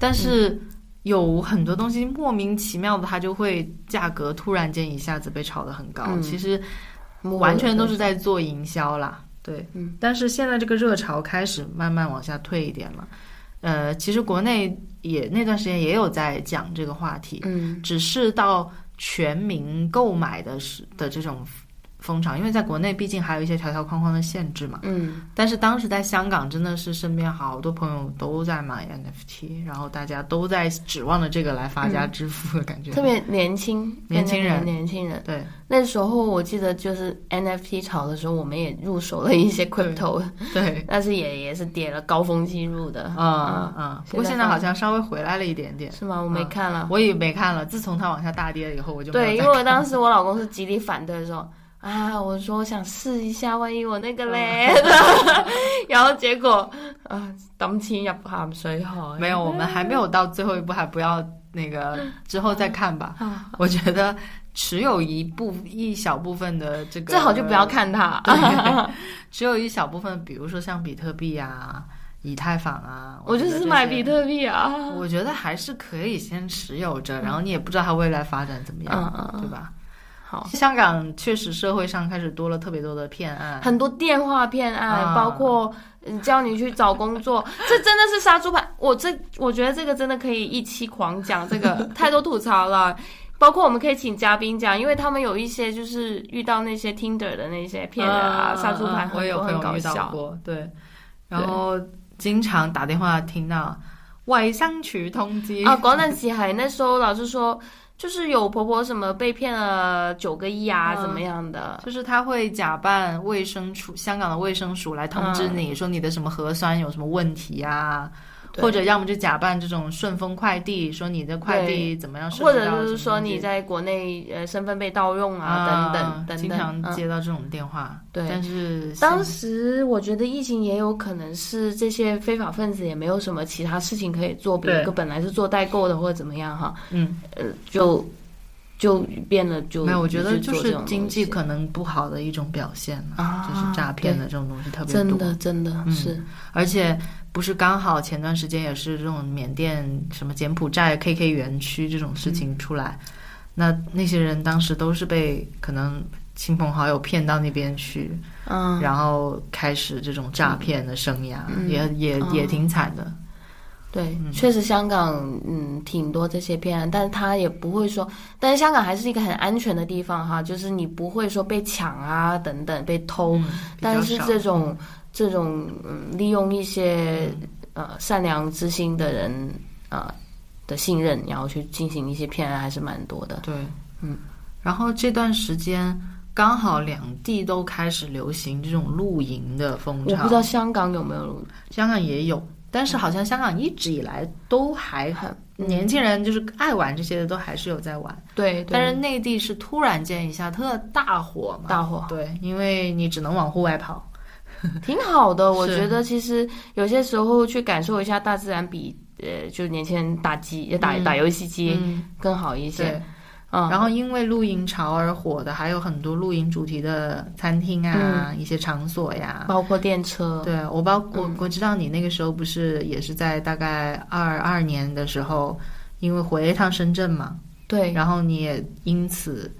[SPEAKER 2] 但是有很多东西莫名其妙的它就会价格突然间一下子被炒得很高，
[SPEAKER 1] 嗯
[SPEAKER 2] 其实
[SPEAKER 1] 摸
[SPEAKER 2] 完全都
[SPEAKER 1] 了
[SPEAKER 2] 是在做营销啦。对，
[SPEAKER 1] 嗯，
[SPEAKER 2] 但是现在这个热潮开始慢慢往下退一点了。呃，其实国内也那段时间也有在讲这个话题，
[SPEAKER 1] 嗯
[SPEAKER 2] 只是到全民购买的是的这种风潮，因为在国内毕竟还有一些条条框框的限制嘛。
[SPEAKER 1] 嗯，
[SPEAKER 2] 但是当时在香港，真的是身边好多朋友都在买 NFT，然后大家都在指望着这个来发家致富的感觉。
[SPEAKER 1] 特别年轻
[SPEAKER 2] 年轻人
[SPEAKER 1] 年轻人。
[SPEAKER 2] 对
[SPEAKER 1] 那时候我记得就是 NFT 炒的时候，我们也入手了一些 crypto，
[SPEAKER 2] 对，
[SPEAKER 1] 但是也也是跌了高峰期入的
[SPEAKER 2] 嗯，嗯。不过现在好像稍微回来了一点点，
[SPEAKER 1] 是吗？我没看了。
[SPEAKER 2] 我也没看了。自从它往下大跌以嗯后，我就没
[SPEAKER 1] 嗯
[SPEAKER 2] 有
[SPEAKER 1] 对，因
[SPEAKER 2] 再
[SPEAKER 1] 为我当时我老公是极力反对的时候。啊，我说我想试一下，万一我那
[SPEAKER 2] 嗯
[SPEAKER 1] 个 嘞，然后结果啊，抌钱入咸水海，
[SPEAKER 2] 没有，我们还没有到最后一步，还不要 那个之后再看吧。
[SPEAKER 1] 啊，
[SPEAKER 2] 我觉得持有一部一小部分的这个，
[SPEAKER 1] 最好就不要看它。
[SPEAKER 2] 对。 只有一小部分，比如说像比特币啊、以太坊啊，
[SPEAKER 1] 我就
[SPEAKER 2] 觉得
[SPEAKER 1] 是
[SPEAKER 2] 这
[SPEAKER 1] 买
[SPEAKER 2] 些
[SPEAKER 1] 比。特币啊。
[SPEAKER 2] 我觉得还是可以先持有着，然后你也不知道它未来发展怎么样，
[SPEAKER 1] 嗯嗯
[SPEAKER 2] 对吧？
[SPEAKER 1] 好，
[SPEAKER 2] 香港确实社会上开始多了特别多的骗案，
[SPEAKER 1] 很多电话骗案，
[SPEAKER 2] 啊
[SPEAKER 1] 包括嗯叫你去找工作， 这真的是杀猪盘。我这我觉得这个真的可以一期狂讲，这 个太多吐槽了。包括我们可以请嘉宾讲，因为他们有一些就是遇到那些 Tinder 的那些骗人啊、
[SPEAKER 2] 嗯
[SPEAKER 1] 杀猪盘
[SPEAKER 2] 嗯我
[SPEAKER 1] 很
[SPEAKER 2] 也有
[SPEAKER 1] 多
[SPEAKER 2] 朋
[SPEAKER 1] 很
[SPEAKER 2] 友
[SPEAKER 1] 搞
[SPEAKER 2] 遇到
[SPEAKER 1] 笑。
[SPEAKER 2] 过，对，然后经常打电话听到外商渠通缉
[SPEAKER 1] 啊，广南西海那时候老师说，就是有婆婆什么被骗了九个亿啊，
[SPEAKER 2] 嗯
[SPEAKER 1] 怎么样的。
[SPEAKER 2] 就是他会假扮卫生署，香港的卫生署来通知你、说你的什么核酸有什么问题啊，
[SPEAKER 1] 嗯对
[SPEAKER 2] 或者要么就假扮这种顺丰快递，说你的快递怎么样，
[SPEAKER 1] 或
[SPEAKER 2] 收
[SPEAKER 1] 者
[SPEAKER 2] 不到
[SPEAKER 1] 就是
[SPEAKER 2] 什么
[SPEAKER 1] 说
[SPEAKER 2] 东西
[SPEAKER 1] 你在国内呃身份被盗用啊
[SPEAKER 2] 啊，
[SPEAKER 1] 等等等
[SPEAKER 2] 经
[SPEAKER 1] 等，
[SPEAKER 2] 常
[SPEAKER 1] 嗯
[SPEAKER 2] 接到这种电话。
[SPEAKER 1] 对
[SPEAKER 2] 但是
[SPEAKER 1] 当时我觉得疫情也有可能是这些非法分子也没有什么其他事情可以做，比
[SPEAKER 2] 对
[SPEAKER 1] 如说本来是做代购的或者怎么样哈，
[SPEAKER 2] 嗯，
[SPEAKER 1] 呃，就就变了就
[SPEAKER 2] 没有，我觉得
[SPEAKER 1] 就
[SPEAKER 2] 就
[SPEAKER 1] 做这
[SPEAKER 2] 是
[SPEAKER 1] 种
[SPEAKER 2] 经济
[SPEAKER 1] 东
[SPEAKER 2] 可能不好的一种表现了
[SPEAKER 1] 西。啊，
[SPEAKER 2] 就是诈骗的
[SPEAKER 1] 对
[SPEAKER 2] 这种东西特别多，
[SPEAKER 1] 真的真的
[SPEAKER 2] 嗯
[SPEAKER 1] 是
[SPEAKER 2] 而且不是刚好前段时间也是这种缅甸什么柬埔寨 KK 园区这种事情出来，
[SPEAKER 1] 嗯
[SPEAKER 2] 那那些人当时都是被可能亲朋好友骗到那边去，
[SPEAKER 1] 嗯，
[SPEAKER 2] 然后开始这种诈骗的生涯，
[SPEAKER 1] 嗯
[SPEAKER 2] 也也、
[SPEAKER 1] 哦
[SPEAKER 2] 也挺惨的。
[SPEAKER 1] 对，
[SPEAKER 2] 嗯
[SPEAKER 1] 确实香港嗯挺多这些骗案，但是他也不会说，但是香港还是一个很安全的地方哈，就是你不会说被抢啊等等被偷，
[SPEAKER 2] 嗯
[SPEAKER 1] 但是这
[SPEAKER 2] 比较
[SPEAKER 1] 种
[SPEAKER 2] 少
[SPEAKER 1] 这种嗯利用一些
[SPEAKER 2] 嗯
[SPEAKER 1] 呃善良之心的人啊、呃的信任，然后去进行一些骗案，还是蛮多的。
[SPEAKER 2] 对，
[SPEAKER 1] 嗯。
[SPEAKER 2] 然后这段时间刚好两地都开始流行这种露营的风
[SPEAKER 1] 我
[SPEAKER 2] 潮，
[SPEAKER 1] 不知道香港有嗯没有
[SPEAKER 2] 香港也有，但是好像香港一直以来都还很、
[SPEAKER 1] 嗯
[SPEAKER 2] 年轻人就是爱玩这些的都还是有在玩，
[SPEAKER 1] 对，对
[SPEAKER 2] 但是内地是突然间一下特大火嘛，
[SPEAKER 1] 大火
[SPEAKER 2] 对，因为你只能往户外跑，
[SPEAKER 1] 挺好的，我
[SPEAKER 2] 是
[SPEAKER 1] 觉得其实有些时候去感受一下大自然比。呃，就年轻人打机呃也打、
[SPEAKER 2] 嗯
[SPEAKER 1] 打游戏机
[SPEAKER 2] 嗯，
[SPEAKER 1] 更好一些
[SPEAKER 2] 对。。
[SPEAKER 1] 嗯，
[SPEAKER 2] 然后因为露营潮而火的还有很多露营主题的餐厅啊，一些场所呀。
[SPEAKER 1] 包括电车，
[SPEAKER 2] 对我包我我知道你那个时候不是也是在大概二二年的时候，因为回了一趟深圳嘛，
[SPEAKER 1] 对
[SPEAKER 2] 然后你也因此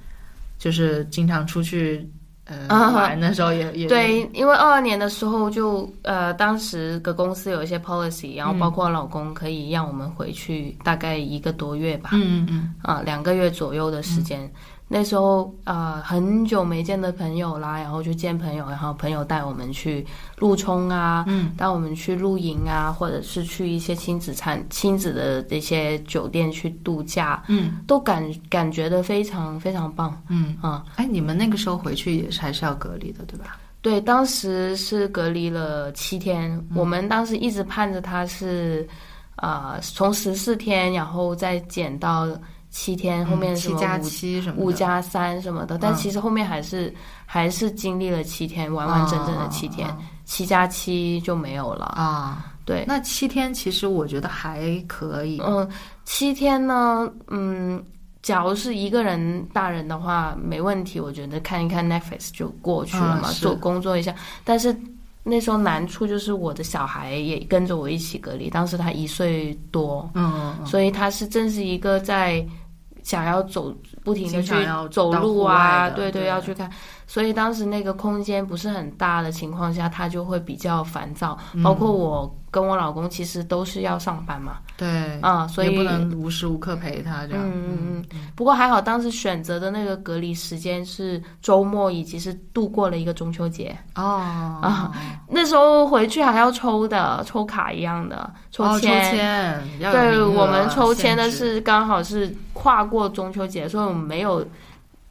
[SPEAKER 2] 就是经常出去呃、
[SPEAKER 1] 啊
[SPEAKER 2] 玩的时候也也
[SPEAKER 1] 对，因为二二年的时候就呃，当时各公司有一些 policy，然后
[SPEAKER 2] 嗯
[SPEAKER 1] 包括老公可以让我们回去大概一个多月吧，
[SPEAKER 2] 嗯嗯嗯
[SPEAKER 1] 啊、两个月左右的时间。那时候呃，很久没见的朋友啦，然后去见朋友，然后朋友带我们去路冲啊，
[SPEAKER 2] 嗯
[SPEAKER 1] 带我们去露营啊，或者是去一些亲子餐、亲子的这些酒店去度假，
[SPEAKER 2] 嗯
[SPEAKER 1] 都感感觉的非常非常棒
[SPEAKER 2] 嗯，
[SPEAKER 1] 啊、
[SPEAKER 2] 哎，你们那个时候回去也是还是要隔离的对吧？
[SPEAKER 1] 对，当时是隔离了七天，
[SPEAKER 2] 嗯
[SPEAKER 1] 我们当时一直盼着它是，呃，从十四天，然后再减到七天，后面
[SPEAKER 2] 嗯
[SPEAKER 1] 什
[SPEAKER 2] 七
[SPEAKER 1] 么
[SPEAKER 2] 加
[SPEAKER 1] 五
[SPEAKER 2] 七什么的嗯
[SPEAKER 1] 五加三什么的，但其实后面还是、还是经历了七天，完完整整的七天，
[SPEAKER 2] 啊
[SPEAKER 1] 七加七就没有了。
[SPEAKER 2] 啊，
[SPEAKER 1] 对，
[SPEAKER 2] 那七天其实我觉得还可以，
[SPEAKER 1] 嗯，七天呢，嗯。假如是一个人大人的话，没问题，我觉得看一看 Netflix 就过去了嘛，
[SPEAKER 2] 嗯是
[SPEAKER 1] 做工作一下。但是那时候难处就是我的小孩也跟着我一起隔离，当时他一岁多，
[SPEAKER 2] 嗯嗯
[SPEAKER 1] 所以他是正是一个在想要走，不停的
[SPEAKER 2] 经
[SPEAKER 1] 去
[SPEAKER 2] 常要
[SPEAKER 1] 走
[SPEAKER 2] 到
[SPEAKER 1] 路
[SPEAKER 2] 户
[SPEAKER 1] 啊，
[SPEAKER 2] 外的
[SPEAKER 1] 对
[SPEAKER 2] 对
[SPEAKER 1] 要去看。所以当时那个空间不是很大的情况下，他就会比较烦躁。
[SPEAKER 2] 嗯
[SPEAKER 1] 包括我跟我老公其实都是要上班嘛，
[SPEAKER 2] 对，
[SPEAKER 1] 啊，所以
[SPEAKER 2] 嗯也不能无时无刻陪他这样，
[SPEAKER 1] 嗯嗯嗯，不过还好，当时选择的那个隔离时间是周末，以及是度过了一个中秋节。
[SPEAKER 2] 哦
[SPEAKER 1] 嗯啊那时候回去还要抽的，抽卡一样的
[SPEAKER 2] 哦抽
[SPEAKER 1] 签。
[SPEAKER 2] 签，要有
[SPEAKER 1] 对
[SPEAKER 2] 名额啊
[SPEAKER 1] 我们抽签的
[SPEAKER 2] 限制
[SPEAKER 1] 是刚好是跨过中秋节，所以我们没有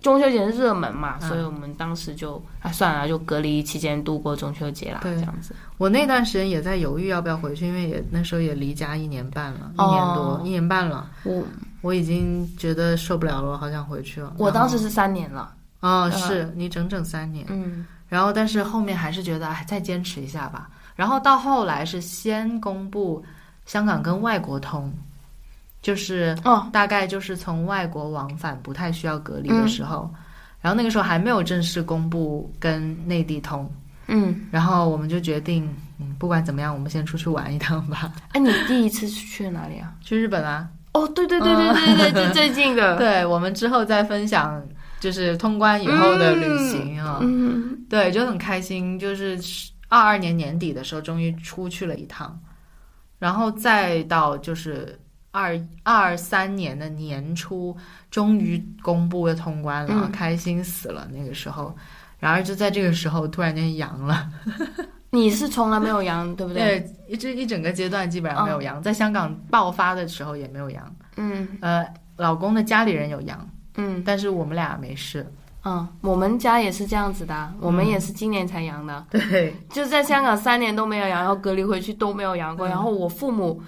[SPEAKER 1] 中秋节是热门嘛，
[SPEAKER 2] 嗯
[SPEAKER 1] 所以我们当时就啊算了，就隔离期间度过中秋节啦，这
[SPEAKER 2] 对
[SPEAKER 1] 样子。
[SPEAKER 2] 我那段时间也在犹豫要不要回去，因为也那时候也离家一年半了，
[SPEAKER 1] 哦
[SPEAKER 2] 一年多，一年半了，
[SPEAKER 1] 我
[SPEAKER 2] 我已经觉得受不了了，好想回去了。
[SPEAKER 1] 我当时
[SPEAKER 2] 然
[SPEAKER 1] 是三年了，
[SPEAKER 2] 后啊、
[SPEAKER 1] 嗯
[SPEAKER 2] 是你整整三年，
[SPEAKER 1] 嗯，
[SPEAKER 2] 然后但是后面还是觉得哎，再坚持一下吧。然后到后来是先公布香港跟外国通，就是
[SPEAKER 1] 哦，
[SPEAKER 2] 大概就是从外国往返不太需要隔离
[SPEAKER 1] 嗯
[SPEAKER 2] 的时候，然后那个时候还没有正式公布跟内地通，
[SPEAKER 1] 嗯，
[SPEAKER 2] 然后我们就决定，嗯，不管怎么样，我们先出去玩一趟 吧，
[SPEAKER 1] 哎，你第一次去哪里啊？
[SPEAKER 2] 去日本啊。
[SPEAKER 1] 哦，对对对对对对，就最近的，
[SPEAKER 2] 对，我们之后再分享，就是通关以后的旅行啊、
[SPEAKER 1] 嗯，
[SPEAKER 2] 对，就很开心。就是二二年年底的时候，终于出去了一趟，然后再到就是二二三年的年初，终于公布了通关了，
[SPEAKER 1] 嗯
[SPEAKER 2] 开心死了那个时候。然而就在这个时候，突然间阳了，
[SPEAKER 1] 你是从来没有阳，对不对？
[SPEAKER 2] 对，一这一整个阶段基本上没有阳，在香港爆发的时候也没有阳，
[SPEAKER 1] 嗯
[SPEAKER 2] 呃，老公的家里人有阳，
[SPEAKER 1] 嗯
[SPEAKER 2] 但是我们俩没事，
[SPEAKER 1] 嗯，我们家也是这样子的啊，我们也是今年才阳的，
[SPEAKER 2] 对，
[SPEAKER 1] 就在香港三年都没有阳，然后隔离回去都没有阳过，
[SPEAKER 2] 嗯
[SPEAKER 1] 然后我父母。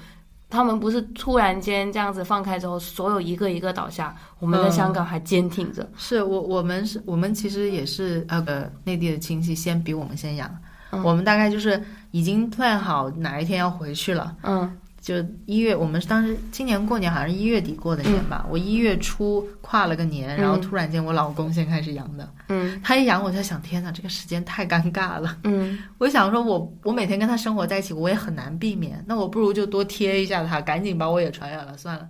[SPEAKER 1] 他们不是突然间这样子放开之后，所有一个一个倒下，我们在
[SPEAKER 2] 嗯
[SPEAKER 1] 香港还坚挺着。
[SPEAKER 2] 是我我们是我们其实也是呃呃内地的亲戚先比我们先养，
[SPEAKER 1] 嗯
[SPEAKER 2] 我们大概就是已经 plan 好哪一天要回去了，
[SPEAKER 1] 嗯
[SPEAKER 2] 就一月我们是当时今年过年好像是一月底过的年吧，我一月初跨了个年，
[SPEAKER 1] 嗯
[SPEAKER 2] 然后突然间我老公先开始阳的，
[SPEAKER 1] 嗯
[SPEAKER 2] 他一阳我就想天哪，这个时间太尴尬了，
[SPEAKER 1] 嗯
[SPEAKER 2] 我想说我我每天跟他生活在一起，我也很难避免，那我不如就多贴一下他，赶紧把我也传染了算 了，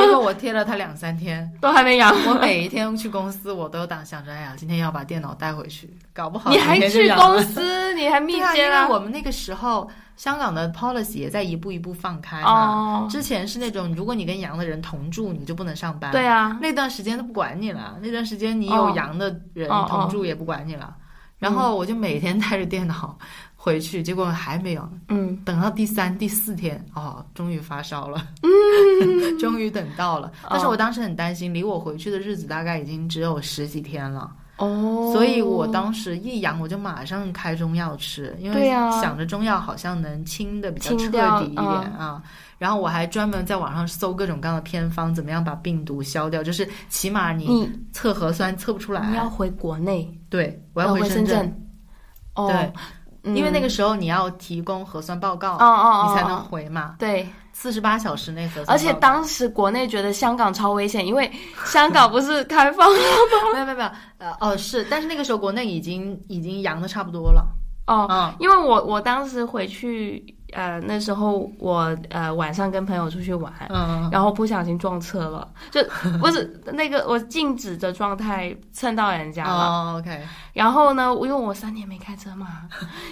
[SPEAKER 2] 结果我贴了他两三天。
[SPEAKER 1] 都还没阳，
[SPEAKER 2] 我每一天去公司，我都打想着，哎呀，今天要把电脑带回去，搞不好
[SPEAKER 1] 你还
[SPEAKER 2] 明天就
[SPEAKER 1] 去
[SPEAKER 2] 养
[SPEAKER 1] 公
[SPEAKER 2] 了
[SPEAKER 1] 司，你还密
[SPEAKER 2] 对啊，
[SPEAKER 1] 接
[SPEAKER 2] 因
[SPEAKER 1] 啦
[SPEAKER 2] 为？我们那个时候香港的 policy 也在一步一步放开嘛。
[SPEAKER 1] 哦，
[SPEAKER 2] 之前是那种，如果你跟阳的人同住，你就不能上班。
[SPEAKER 1] 对啊，
[SPEAKER 2] 那段时间都不管你了，那段时间你有
[SPEAKER 1] 哦
[SPEAKER 2] 阳的人
[SPEAKER 1] 哦哦嗯
[SPEAKER 2] 同住也不管你了。然后我就每天带着电脑回去，结果还没有。
[SPEAKER 1] 嗯
[SPEAKER 2] 等到第三、第四天，哦，终于发烧了，
[SPEAKER 1] 嗯
[SPEAKER 2] 终于等到了。
[SPEAKER 1] 哦
[SPEAKER 2] 但是我当时很担心，离我回去的日子大概已经只有十几天了，
[SPEAKER 1] 哦，
[SPEAKER 2] 所以我当时一阳我就马上开中药吃，因为
[SPEAKER 1] 对啊
[SPEAKER 2] 想着中药好像能清的比较彻
[SPEAKER 1] 清掉嗯
[SPEAKER 2] 底一点啊。然后我还专门在网上搜各种各样的偏方，怎么样把病毒消掉，就是起码你
[SPEAKER 1] 你
[SPEAKER 2] 测核酸测不出
[SPEAKER 1] 嗯你要
[SPEAKER 2] 来，
[SPEAKER 1] 回国内，
[SPEAKER 2] 对，我
[SPEAKER 1] 要
[SPEAKER 2] 要
[SPEAKER 1] 回
[SPEAKER 2] 回
[SPEAKER 1] 深
[SPEAKER 2] 深圳，
[SPEAKER 1] 圳，哦，
[SPEAKER 2] 对
[SPEAKER 1] 嗯
[SPEAKER 2] 因为那个时候你要提供核酸报告，
[SPEAKER 1] 哦哦，
[SPEAKER 2] 你才
[SPEAKER 1] 哦
[SPEAKER 2] 能
[SPEAKER 1] 哦
[SPEAKER 2] 回嘛。
[SPEAKER 1] 对，
[SPEAKER 2] 四十八小时内核酸报告，
[SPEAKER 1] 而且当时国内觉得香港超危险，因为 香港不是开 放
[SPEAKER 2] 哦没有没有没有，呃哦是，但是那个时候国内已经已经阳的差不多了，
[SPEAKER 1] 哦，
[SPEAKER 2] 嗯
[SPEAKER 1] 因为我我当时回去，呃，那时候我呃晚上跟朋友出去玩，
[SPEAKER 2] 嗯
[SPEAKER 1] 然后不小心撞车了，就不是那个我静止的状态蹭到人家了，
[SPEAKER 2] 哦 OK，
[SPEAKER 1] 然后呢，因为我三年没开车嘛，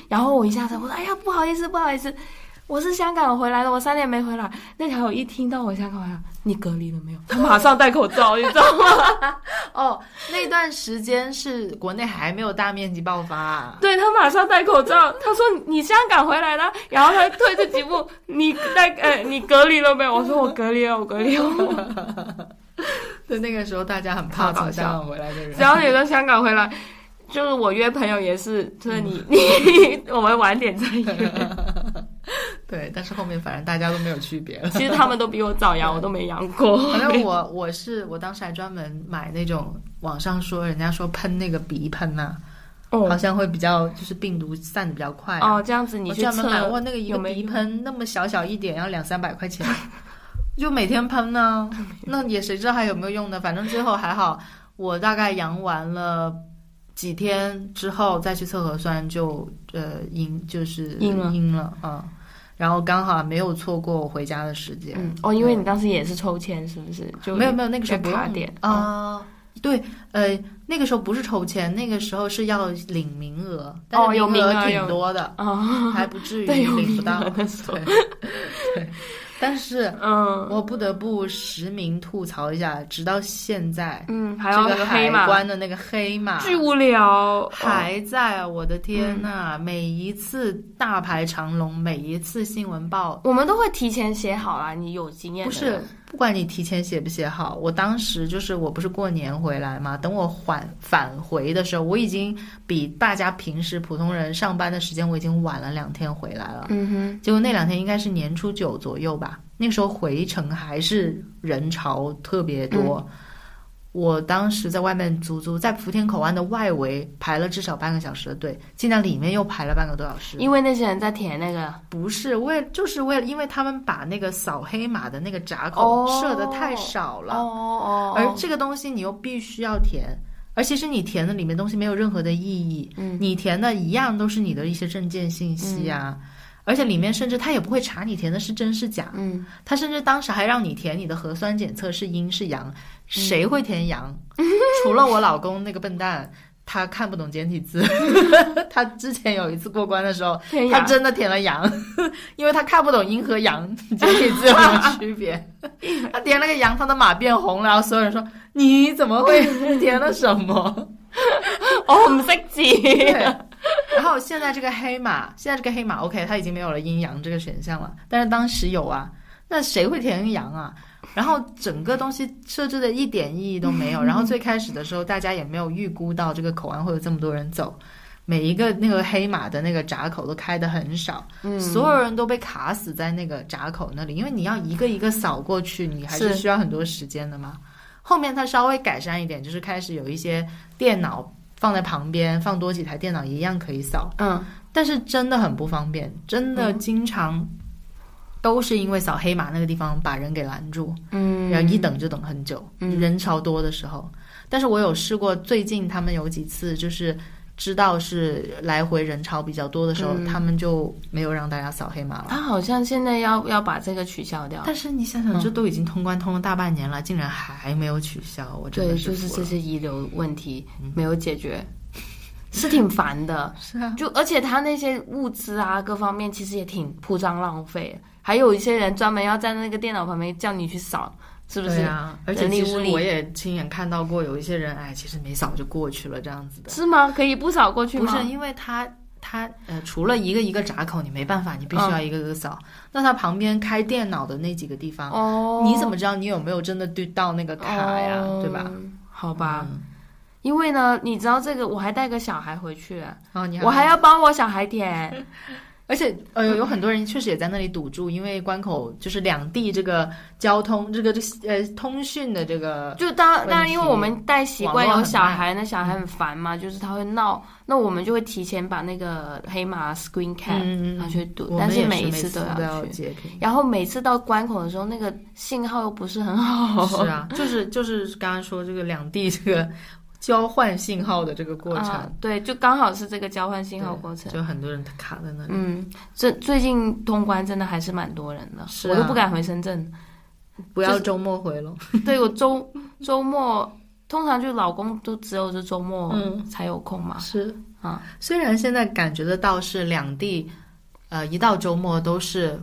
[SPEAKER 1] 然后我一下车，我说哎呀不好意思不好意思，我是香港回来的，我三年没回来。那条友一听到我香港回来，你隔离了没有？他马上戴口罩，你知道吗？
[SPEAKER 2] 哦 那段时间是国内还没有大面积爆发、啊
[SPEAKER 1] 对他马上戴口罩，他说你香港回来了，然后他退这几步，你戴呃你隔离了没有？我说我隔离了，我隔离了。
[SPEAKER 2] 对那个时候大家很
[SPEAKER 1] 超搞
[SPEAKER 2] 怕从香
[SPEAKER 1] 笑
[SPEAKER 2] 港回来的人，
[SPEAKER 1] 只要你从香港回来，就是我约朋友也是，就是你、你我们晚点再约。
[SPEAKER 2] 对，但是后面反正大家都没有区别 了。
[SPEAKER 1] 其实他们都比我早阳，我都没阳过。
[SPEAKER 2] 反正我我是我当时还专门买那种网上说人家说喷那个鼻喷呐、好
[SPEAKER 1] 哦
[SPEAKER 2] 像会比较就是病毒散的比较快、啊
[SPEAKER 1] 哦，这样子你
[SPEAKER 2] 我
[SPEAKER 1] 去
[SPEAKER 2] 专门买
[SPEAKER 1] 测
[SPEAKER 2] 过那个一
[SPEAKER 1] 有
[SPEAKER 2] 个
[SPEAKER 1] 没有
[SPEAKER 2] 鼻喷，那么小小一点要两三百块钱，就每天喷呢， 那也谁知道还有没有用呢？反正最后还好，我大概阳完了几天之后再去测核酸就呃阴就是
[SPEAKER 1] 阴了
[SPEAKER 2] 阴了啊、嗯然后刚好没有错过我回家的时间，
[SPEAKER 1] 嗯，哦，因为你当时也是抽签，是不是？就
[SPEAKER 2] 没有没有那个时候
[SPEAKER 1] 要
[SPEAKER 2] 不
[SPEAKER 1] 卡
[SPEAKER 2] 用
[SPEAKER 1] 点嗯
[SPEAKER 2] 啊、对，呃，那个时候不是抽签，那个时候是要领名额，但
[SPEAKER 1] 哦
[SPEAKER 2] 是
[SPEAKER 1] 有名额有
[SPEAKER 2] 挺多的，
[SPEAKER 1] 啊，
[SPEAKER 2] 还不至于
[SPEAKER 1] 对有
[SPEAKER 2] 领
[SPEAKER 1] 名
[SPEAKER 2] 不到
[SPEAKER 1] 额。的时候
[SPEAKER 2] 对，对，但是
[SPEAKER 1] 嗯
[SPEAKER 2] 我不得不实名吐槽一下，直到现在，
[SPEAKER 1] 嗯，还有
[SPEAKER 2] 这
[SPEAKER 1] 那
[SPEAKER 2] 个
[SPEAKER 1] 个啊黑
[SPEAKER 2] 海
[SPEAKER 1] 马，
[SPEAKER 2] 关的那个黑马
[SPEAKER 1] 巨无聊，
[SPEAKER 2] 还在，啊我的
[SPEAKER 1] 嗯
[SPEAKER 2] 天呐！每一次大排长龙，每一次新闻报，
[SPEAKER 1] 我们都会提前写好啦，你有经验
[SPEAKER 2] 不
[SPEAKER 1] 的
[SPEAKER 2] 是
[SPEAKER 1] 人
[SPEAKER 2] 不管你提前写不写好，我当时就是我不是过年回来嘛，等我返返回的时候，我已经比大家平时普通人上班的时间我已经晚了两天回来了。
[SPEAKER 1] 嗯
[SPEAKER 2] 结果那两天应该是年初九
[SPEAKER 1] 嗯
[SPEAKER 2] 左右吧，那个时候回程还是人潮特别多。我当时在外面足足在莆田口岸的外围排了至少半个小时的队，进到里面又排了半个多小时。
[SPEAKER 1] 因为那些人在填那个，
[SPEAKER 2] 不是为，就是为了，因为他们把那个扫黑码的那个闸口
[SPEAKER 1] 哦
[SPEAKER 2] 设的太少了，
[SPEAKER 1] 哦哦哦，
[SPEAKER 2] 而这个东西你又必须要填，而其实你填的里面东西没有任何的意义，
[SPEAKER 1] 嗯
[SPEAKER 2] 你填的一样都是你的一些证件信息啊，而且里面甚至他也不会查你填的是真是假，
[SPEAKER 1] 嗯，
[SPEAKER 2] 他甚至当时还让你填你的核酸检测是阴是阳，谁会填阳？ 除了我老公那个笨蛋。他看不懂简体字， 他之前有一次过关的时候，
[SPEAKER 1] 天
[SPEAKER 2] 他
[SPEAKER 1] 涯
[SPEAKER 2] 真的填了羊， 因为他看不懂阴和阳简体字有什么区别。 他填了个羊，他的马变红了，然后所有人说你怎么会 填了什么？
[SPEAKER 1] 哦，唔识
[SPEAKER 2] 对
[SPEAKER 1] 字，。
[SPEAKER 2] 然后现在这个黑马，现在这个黑马，OK，它已经没有了阴阳这个选项了，但是当时有啊，那谁会填阳啊？然后整个东西设置的一点意义都没有。然后最开始的时候，大家也没有预估到这个口岸会有这么多人走，每一个那个黑马的那个闸口都开的很少。
[SPEAKER 1] 嗯，
[SPEAKER 2] 所有人都被卡死在那个闸口那里，因为你要一个一个扫过去，你还是
[SPEAKER 1] 是
[SPEAKER 2] 需要很多时间的嘛。后面它稍微改善一点，就是开始有一些电脑放在旁边，放多几台电脑一样可以扫，
[SPEAKER 1] 嗯，
[SPEAKER 2] 但是真的很不方便，真的经常都是因为扫黑马那个地方把人给拦住，
[SPEAKER 1] 嗯，
[SPEAKER 2] 然后一等就等很久，
[SPEAKER 1] 嗯
[SPEAKER 2] 人潮多的时候。但是我有试过，最近他们有几次就是知道是来回人潮比较多的时候，
[SPEAKER 1] 嗯
[SPEAKER 2] 他们就没有让大家扫黑马了。
[SPEAKER 1] 他好像现在要要把这个取消掉，
[SPEAKER 2] 但是你想想，
[SPEAKER 1] 嗯
[SPEAKER 2] 这都已经通关通了大半年了，竟然还没有取消，我真
[SPEAKER 1] 对，
[SPEAKER 2] 的
[SPEAKER 1] 就是是
[SPEAKER 2] 服
[SPEAKER 1] 这
[SPEAKER 2] 了
[SPEAKER 1] 些遗留问题没有解决，是挺烦的。
[SPEAKER 2] 是啊，
[SPEAKER 1] 就而且他那些物资啊，各方面其实也挺铺张浪费，还有一些人专门要站在那个电脑旁边叫你去扫，是不是？
[SPEAKER 2] 对啊，而且
[SPEAKER 1] 人力
[SPEAKER 2] 其实
[SPEAKER 1] 物力
[SPEAKER 2] 我也亲眼看到过有一些人，哎，其实没扫就过去了这样子的。
[SPEAKER 1] 是吗？可以不扫过去
[SPEAKER 2] 不
[SPEAKER 1] 吗？
[SPEAKER 2] 是，因为他他呃，除了一个一个闸口，你没办法，你必须
[SPEAKER 1] 嗯
[SPEAKER 2] 要一个个扫。那他旁边开电脑的那几个地方，
[SPEAKER 1] 哦，
[SPEAKER 2] 你怎么知道你有没有真的对到那个卡呀？
[SPEAKER 1] 哦嗯
[SPEAKER 2] 对吧？？嗯
[SPEAKER 1] 好吧，因为呢，你知道这个，我还带个小孩回去，
[SPEAKER 2] 哦，你
[SPEAKER 1] 我还要帮我小孩 填。
[SPEAKER 2] 而且呃，有很多人确实也在那里堵住，因为关口就是两地这个交通、这个这个呃通讯的这个
[SPEAKER 1] 就当
[SPEAKER 2] 问
[SPEAKER 1] 当然，因为
[SPEAKER 2] 题
[SPEAKER 1] 我们带习
[SPEAKER 2] 网
[SPEAKER 1] 惯
[SPEAKER 2] 络
[SPEAKER 1] 有
[SPEAKER 2] 很
[SPEAKER 1] 小
[SPEAKER 2] 慢嗯
[SPEAKER 1] 孩，那小孩很烦嘛，就是他会闹，那我们就会提前把那个黑马 screen cap
[SPEAKER 2] 嗯
[SPEAKER 1] 拿去堵
[SPEAKER 2] 我，
[SPEAKER 1] 但
[SPEAKER 2] 们也是
[SPEAKER 1] 每
[SPEAKER 2] 每
[SPEAKER 1] 一次都
[SPEAKER 2] 都要
[SPEAKER 1] 去。
[SPEAKER 2] 截屏。
[SPEAKER 1] 然后每次到关口的时候，那个信号又不 是很好，
[SPEAKER 2] 是 啊，就是就是刚刚说这个两地这个交换信号的这个过程，
[SPEAKER 1] 啊，对，就刚好是这个交换信号
[SPEAKER 2] 对
[SPEAKER 1] 过程。
[SPEAKER 2] 就很多人卡在那里。
[SPEAKER 1] 嗯，这最近通关真的还是蛮多人的，
[SPEAKER 2] 是
[SPEAKER 1] 我都
[SPEAKER 2] 啊
[SPEAKER 1] 不敢回深 圳。嗯
[SPEAKER 2] 不要周末回笼。
[SPEAKER 1] 对我周周末通常就老公都只有是周末
[SPEAKER 2] 嗯
[SPEAKER 1] 才有空嘛，
[SPEAKER 2] 是
[SPEAKER 1] 啊，
[SPEAKER 2] 虽然现在感觉得到是两地，呃，一到周末都是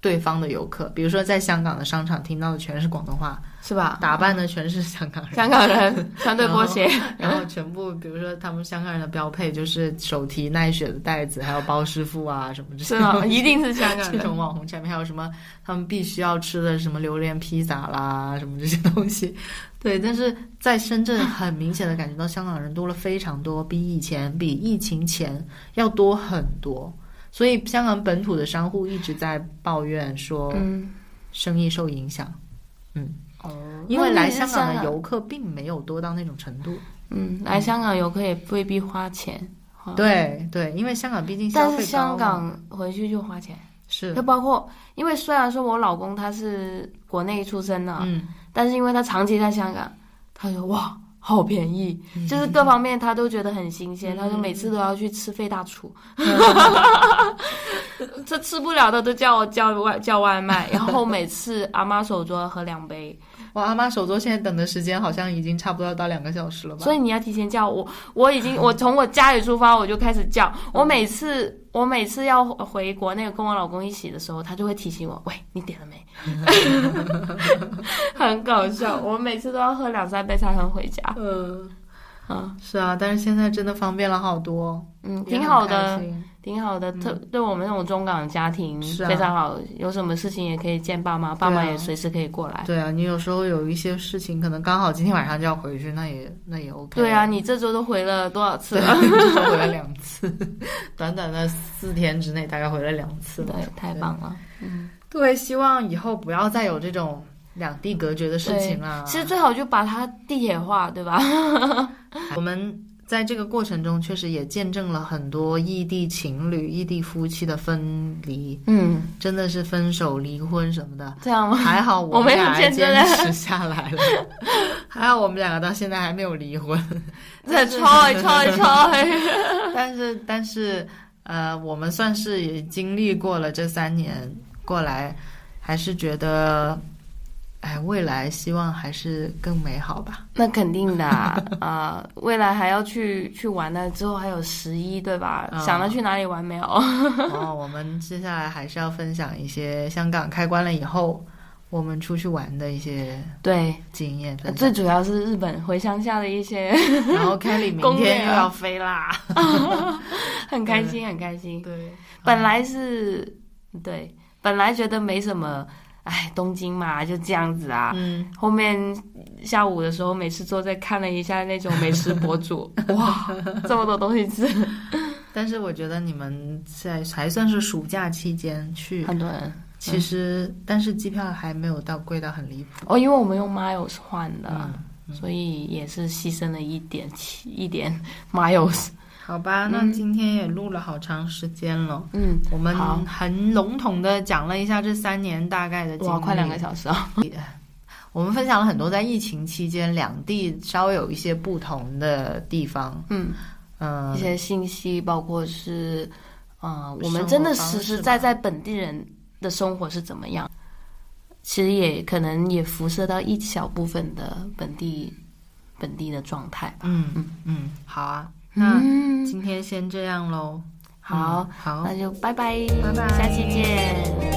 [SPEAKER 2] 对方的游客，比如说在香港的商场听到的全是广东话，
[SPEAKER 1] 是吧？
[SPEAKER 2] 打扮的全是香港人，
[SPEAKER 1] 香港 人穿对波鞋，
[SPEAKER 2] 然后全部比如说他们香港人的标配就是手提奈雪的袋子，还有包师傅啊什么
[SPEAKER 1] 是
[SPEAKER 2] 这
[SPEAKER 1] 吗？
[SPEAKER 2] 种。
[SPEAKER 1] 一定是香港
[SPEAKER 2] 这
[SPEAKER 1] 人。
[SPEAKER 2] 种网红产品，还有什么他们必须要吃的什么榴莲披萨啦，什么这些东西，对。但是在 深圳，很明显的感觉到香港人多了非常多，比以前比疫情前要多很多。所以香港本土的商户一直在抱怨说
[SPEAKER 1] 嗯，
[SPEAKER 2] 生意受影响，嗯
[SPEAKER 1] 哦
[SPEAKER 2] 因为来香港的，游客并没有多到那种程度。
[SPEAKER 1] 嗯，来香港游客也未必花钱，花，
[SPEAKER 2] 对对，因为香港毕竟消
[SPEAKER 1] 哦但
[SPEAKER 2] 费
[SPEAKER 1] 是
[SPEAKER 2] 高
[SPEAKER 1] 香
[SPEAKER 2] 嘛
[SPEAKER 1] 港回去就花钱，
[SPEAKER 2] 是
[SPEAKER 1] 就包括，因为虽然说我老公他是国内出生的，
[SPEAKER 2] 嗯，
[SPEAKER 1] 但是因为他长期在香港，他说哇。好便宜，就是各方面他都觉得很新鲜。他说每次都要去吃费大厨， 这吃不了的都叫我叫外叫外卖，然后每次阿妈手镯喝两杯，
[SPEAKER 2] 我阿妈手镯现在等的时间好像已经差不多要到两个小时了吧？
[SPEAKER 1] 所以你要提前叫我。我已经，我从我家里出发，我就开始叫。
[SPEAKER 2] 嗯
[SPEAKER 1] 我每次，我每次要回国内跟我老公一起的时候，他就会提醒我：“喂，你点了 没？”很搞笑。我每次都要喝两三杯才能回家。
[SPEAKER 2] 嗯，
[SPEAKER 1] 嗯
[SPEAKER 2] 是啊，但是现在真的方便了好多，
[SPEAKER 1] 嗯，
[SPEAKER 2] 也
[SPEAKER 1] 挺
[SPEAKER 2] 很
[SPEAKER 1] 好
[SPEAKER 2] 开
[SPEAKER 1] 的，
[SPEAKER 2] 心。嗯
[SPEAKER 1] 挺好的。特对我们这种中港家庭
[SPEAKER 2] 是啊
[SPEAKER 1] 非常好，有什么事情也可以见爸妈，爸妈
[SPEAKER 2] 对啊
[SPEAKER 1] 也随时可以过来。
[SPEAKER 2] 对啊，你有时候有一些事情，可能刚好今天晚上就要回去，那也那也 OK。
[SPEAKER 1] 对啊，，你这周都回了多少次
[SPEAKER 2] 对，
[SPEAKER 1] 了？
[SPEAKER 2] 至少回了两次， 短短的四天之内大概回了两次
[SPEAKER 1] 对
[SPEAKER 2] 吧。，
[SPEAKER 1] 太棒了。
[SPEAKER 2] 对，希望以后不要再有这种两地隔绝的事情啊啦。
[SPEAKER 1] 其实最好就把它地铁化，对吧？
[SPEAKER 2] 我们在这个过程中，确实也见证了很多异地情侣、异地夫妻的分离，
[SPEAKER 1] 嗯，
[SPEAKER 2] 真的是分手、离婚什么的。
[SPEAKER 1] 这样吗？
[SPEAKER 2] 还好
[SPEAKER 1] 我
[SPEAKER 2] 们
[SPEAKER 1] 们
[SPEAKER 2] 俩
[SPEAKER 1] 也见证了
[SPEAKER 2] 坚持下来了， 还好我们两个到现在还没有离婚。
[SPEAKER 1] 再抽一抽一抽，
[SPEAKER 2] 但是，但是，呃，我们算是也经历过了这三年过来，还是觉得，哎，未来希望还是更美 好吧。
[SPEAKER 1] 那肯定的啊、未来还要去去玩呢，之后还有十一，对吧？
[SPEAKER 2] 嗯
[SPEAKER 1] 想到去哪里玩没有？
[SPEAKER 2] 然后哦我们接下来还是要分享一些香港开关了以后，我们出去玩的一些
[SPEAKER 1] 对，
[SPEAKER 2] 经验分享。
[SPEAKER 1] 最主要是日本回乡下的一些，
[SPEAKER 2] 然后 Kelly 明
[SPEAKER 1] 攻略啊
[SPEAKER 2] 天又要飞啦，
[SPEAKER 1] 很开心，很开心。
[SPEAKER 2] 对，
[SPEAKER 1] 本来是，对，本来觉得没什么，哎，东京嘛就这样子啊。
[SPEAKER 2] 嗯，
[SPEAKER 1] 后面下午的时候没事做，再看了一下那种美食博 主，哇，这么多东西吃，
[SPEAKER 2] 但是我觉得你们在还算是暑假期间去，
[SPEAKER 1] 很多人。
[SPEAKER 2] 其实、
[SPEAKER 1] 嗯
[SPEAKER 2] 但是机票还没有到贵到很离谱。
[SPEAKER 1] 哦，因为我们用 miles 换的，
[SPEAKER 2] 嗯
[SPEAKER 1] 所以也是牺牲了一点七一点 miles。
[SPEAKER 2] 好吧，那今天也录了好长时间了，
[SPEAKER 1] 嗯，
[SPEAKER 2] 我们
[SPEAKER 1] 好
[SPEAKER 2] 很笼统的讲了一下这三年大概的经
[SPEAKER 1] 哇，
[SPEAKER 2] 历，
[SPEAKER 1] 快两个小时啊！
[SPEAKER 2] 我们分享了很多在疫情期间两地稍微有一些不同的地方，
[SPEAKER 1] 嗯，
[SPEAKER 2] 嗯、
[SPEAKER 1] 一些信息，包括是，呃，我
[SPEAKER 2] 生
[SPEAKER 1] 们
[SPEAKER 2] 活
[SPEAKER 1] 真的
[SPEAKER 2] 方
[SPEAKER 1] 实实
[SPEAKER 2] 式吧
[SPEAKER 1] 在在本地人的生活是怎么样，其实也可能也辐射到一小部分的本地本地的状态。
[SPEAKER 2] 嗯嗯嗯，好啊，那
[SPEAKER 1] 嗯，
[SPEAKER 2] 今天先这样喽，
[SPEAKER 1] 好
[SPEAKER 2] 嗯好，
[SPEAKER 1] 那就拜拜，
[SPEAKER 2] 拜拜
[SPEAKER 1] 下期见。